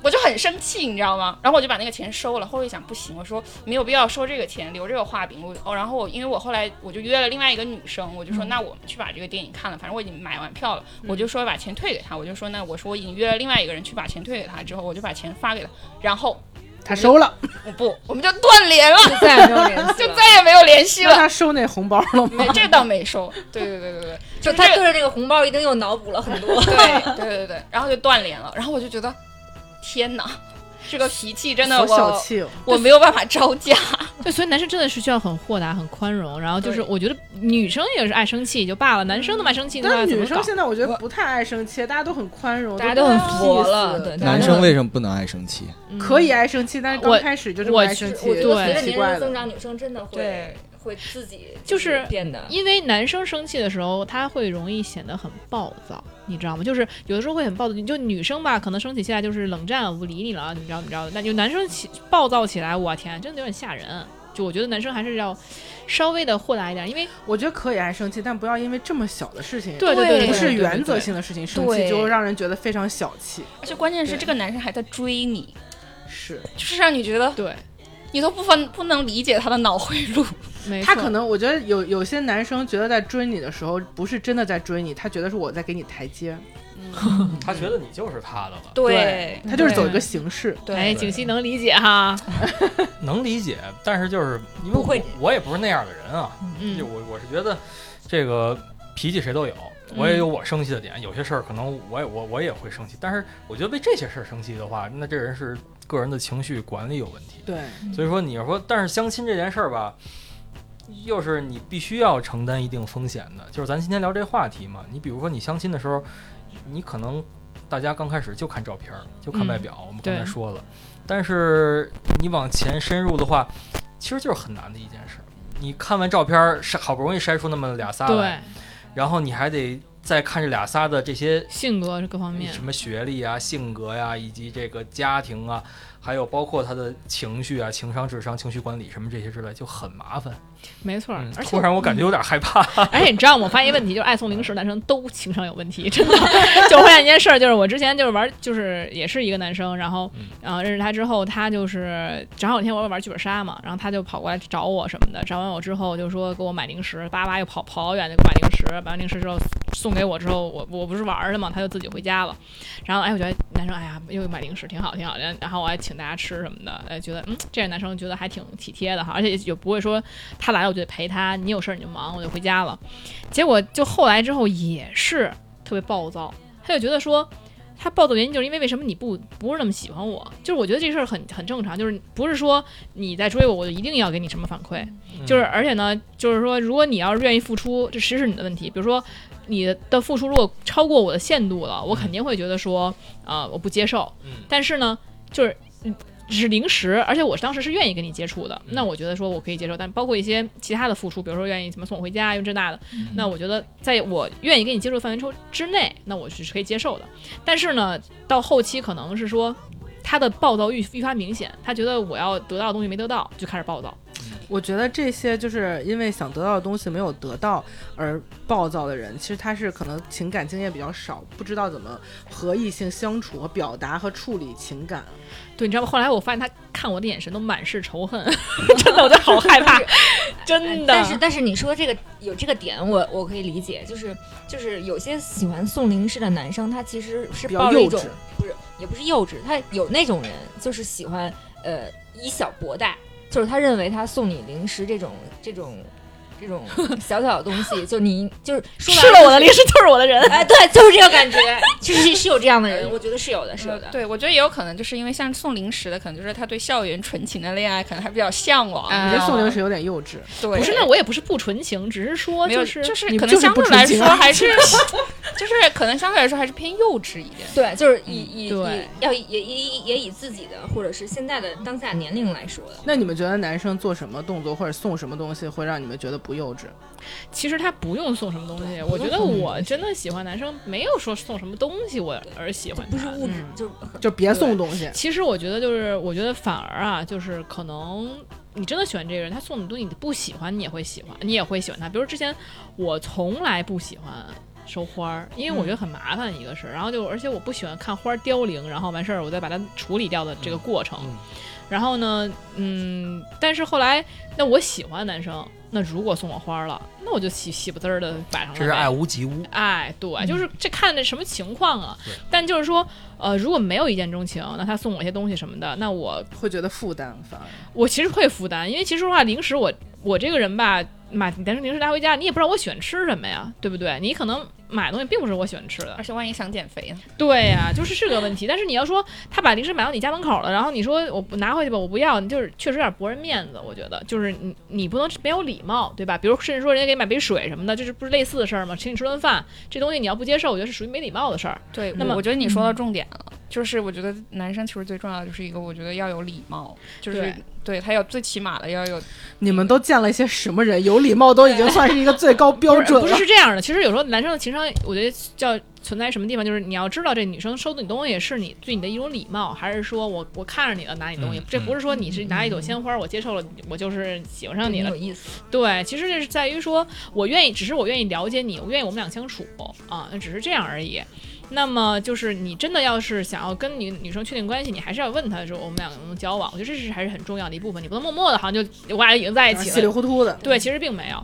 我就很生气，你知道吗？然后我就把那个钱收了。后来一想不行，我说没有必要收这个钱，留这个画饼。我哦，然后我因为我后来我就约了另外一个女生，我就说、那我们去把这个电影看了，反正我已经买完票了，我就说把钱退给她。我就说那我说我已经约了另外一个人去把钱退给她之后，我就把钱发给她，然后他收了，我不，我们就断联了，就再也没有联系就 <laughs> 再也没有联系了。那了。他收那红包了吗？没，这倒没收。对对对对对，就他对着这个红包一定又脑补了很多。对对对对，然后就断联了。然后我就觉得，天哪，这个脾气 <laughs> 真的好小我气哦，我没有办法招架。 <laughs> 对，所以男生真的是需要很豁达、很宽容。然后就是，对我觉得女生也是爱生气也就罢了，男生那么爱生气的话，但是怎女么搞生？现在我觉得不太爱生气，大家都很宽容，大家都很不太佛气了死对男对生为什么不能爱生气？嗯可以啊爱生气，但是刚我开始就这么我爱是生气，我觉得随对着奇年怪龄的增。长，女生真的会对会自己就是变得因为男生生气的时候，他会容易显得很暴躁，你知道吗？就是有的时候会很暴躁。就女生吧，可能生起气来就是冷战，我不理你了啊，怎么着怎么着的。那就男生起暴躁起来，我天，真的有点吓人。就我觉得男生还是要稍微的豁达一点，因为我觉得可以爱生气，但不要因为这么小的事情，对对对对不是对对原则对性的事情生气，对就会让人觉得非常小气。而且关键是对这个男生还在追你，是就是让你觉得对，你都不分不能理解他的脑回路。没他错可能，我觉得有有些男生觉得在追你的时候，不是真的在追你，他觉得是我在给你台阶，嗯 <laughs> 他觉得你就是他的了，对他就是走一个形式。对哎，景熙能理解哈，能理解，但是就是因为不会我我也不是那样的人啊，就嗯，我我是觉得这个脾气谁都有，我也有我生气的点，有些事儿可能我也我我也会生气，但是我觉得为这些事儿生气的话，那这人是个人的情绪管理有问题。对，所以说你要说，但是相亲这件事儿吧，又是你必须要承担一定风险的。就是咱今天聊这话题嘛，你比如说你相亲的时候，你可能大家刚开始就看照片儿，就看外表，我们刚才嗯对说了。但是你往前深入的话，其实就是很难的一件事儿。你看完照片儿，筛好不容易筛出那么俩仨来，对然后你还得再看这俩仨的这些性格是各方面什，么学历啊、性格呀、以及这个家庭啊，还有包括他的情绪啊、情商、智商、情绪管理什么这些之类，就很麻烦。没错儿嗯。而且突然我感觉有点害怕。而且你知道吗？我发现一个问题，就是爱送零食的男生都情商有问题，真的。 <laughs> 就我发现一件事儿，就是我之前就是玩，就是也是一个男生，然后嗯呃认识他之后，他就是正好有一天我玩剧本杀嘛，然后他就跑过来找我什么的，找完我之后就说给我买零食，叭叭又跑跑好远就给我买零食，买完零食之后送给我之后，我我不是玩儿的嘛，他就自己回家了。然后哎，我觉得男生哎呀又买零食挺好挺好，然后我还请大家吃什么的，哎觉得嗯这个男生觉得还挺体贴的哈，而且也不会说他来了我就得陪他，你有事儿你就忙我就回家了。结果就后来之后也是特别暴躁，他就觉得说。他暴躁原因就是因为为什么你不不是那么喜欢我？就是我觉得这事儿很很正常，就是不是说你在追我，我就一定要给你什么反馈，嗯就是而且呢，就是说，如果你要是愿意付出，这其实是你的问题。比如说，你的付出如果超过我的限度了，我肯定会觉得说，啊，我不接受。嗯但是呢，就是嗯是零食，而且我当时是愿意跟你接触的，那我觉得说我可以接受。但包括一些其他的付出，比如说愿意怎么送我回家，用这那的，那我觉得在我愿意跟你接触的范围之之内，那我是可以接受的。但是呢，到后期可能是说。他的暴躁愈愈发明显，他觉得我要得到的东西没得到，就开始暴躁。我觉得这些就是因为想得到的东西没有得到而暴躁的人，其实他是可能情感经验比较少，不知道怎么和异性相处、和表达和处理情感。对，你知道吗？后来我发现他看我的眼神都满是仇恨， <laughs> 真的，我就好害怕，真嗯的。但是但是你说这个有这个点我，我可以理解，就是就是有些喜欢送零食的男生，他其实是比较抱着一幼种稚不是也不是幼稚，他有那种人就是喜欢呃以小博大，就是他认为他送你零食这种这种 <laughs> 这种小小的东西，就你就是说白吃了我的零食就是我的人，哎，对，就是这个感觉，就是是有这样的人，我觉得是有的，是有嗯的。呃对，我觉得也有可能，就是因为像送零食的，可能就是他对校园纯情的恋爱，可能还比较向往。我你觉知得道送吗零食有点幼稚，对，不是， <laughs> 那我也不是不纯情，只是说没有，是就是你可就能是相不对来纯情说啊 <laughs> 还是，就是可能相对来说还是偏幼稚一点。对，就是以以以对要以也也也以自己的或者是现在的当下年龄来说的，那你们觉得男生做什么动作或者送什么东西会让你们觉得不幼稚？其实他不用送什么东西。我觉得我真的喜欢男生，没有说送什么东西我而喜欢不是他。物质，就是就别送东西。其实我觉得就是，我觉得反而啊，就是可能你真的喜欢这个人，他送你东西你不喜欢，你也会喜欢，你也会喜欢他。比如之前我从来不喜欢收花儿，因为我觉得很麻烦，一个是，然后就而且我不喜欢看花儿凋零，然后完事儿我再把它处理掉的这个过程。嗯然后呢，嗯，但是后来那我喜欢的男生，那如果送我花儿了，那我就喜喜不滋儿的摆上了呗。这是爱屋及乌，哎，对，就是这看的什么情况啊对。但就是说，呃，如果没有一见钟情，那他送我一些东西什么的，那我会觉得负担，反而我其实会负担，因为其实说实话，零食我我这个人吧，买男生零食拿回家，你也不知道我喜欢吃什么呀，对不对？你可能买的东西并不是我喜欢吃的嗯而，且万一想减肥呢？ <laughs> 对呀、就是是个问题。但是你要说他把零食买到你家门口了，然后你说我不拿回去吧，我不要，你就是确实有点驳人面子。我觉得就是你你不能没有礼貌，对吧？比如甚至说人家给你买杯水什么的，这是不是类似的事儿吗？请你吃顿饭，这东西你要不接受，我觉得是属于没礼貌的事儿。对，那我么我觉得你说到重点了，就是我觉得男生其实最重要的就是一个，我觉得要有礼貌，就是对对他有最起码的要有你们都见了一些什么人？有礼貌都已经算是一个最高标不是准不了是。是这样的，其实有时候男生的情商，我觉得叫存在什么地方，就是你要知道这女生收你东西是你对你的一种礼貌，还是说我我看着你了拿你东西，嗯这不是说你是拿一朵鲜花我接受了，我就是喜欢上你了嗯有，意思。对，其实这是在于说，我愿意，只是我愿意了解你，我愿意我们俩相处啊，那只是这样而已。那么就是你真的要是想要跟女女生确定关系，你还是要问她说我们俩能不能交往？我觉得这是还是很重要的一部分，你不能默默的，好像就我俩已经在一稀起里了。糊涂的，对，其实并没有。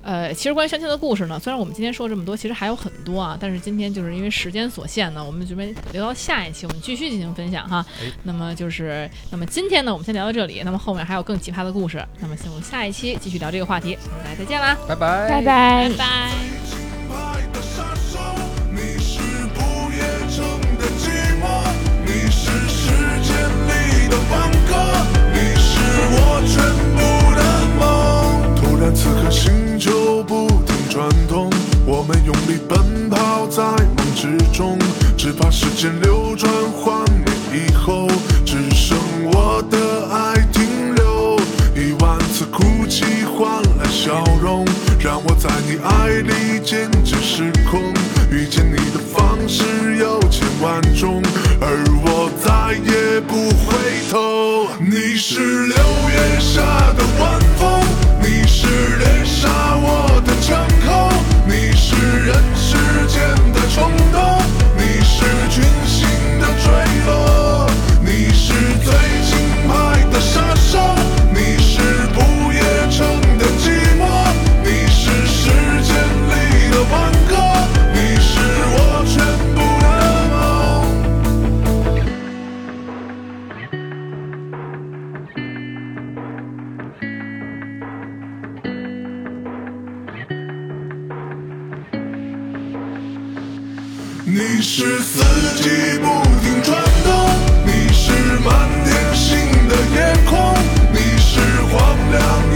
呃，其实关于相亲的故事呢，虽然我们今天说了这么多，其实还有很多啊，但是今天就是因为时间所限呢，我们准备留到下一期，我们继续进行分享哈。哎那么就是，那么今天呢，我们先聊到这里，那么后面还有更奇葩的故事，那么我们下一期继续聊这个话题，大家再见啦，拜拜拜拜。拜。派的杀手，你是不夜城的寂寞，你是时间里的放歌，你是我全部的梦。突然刺你是四季不停转动，你是满天星的夜空，你是荒凉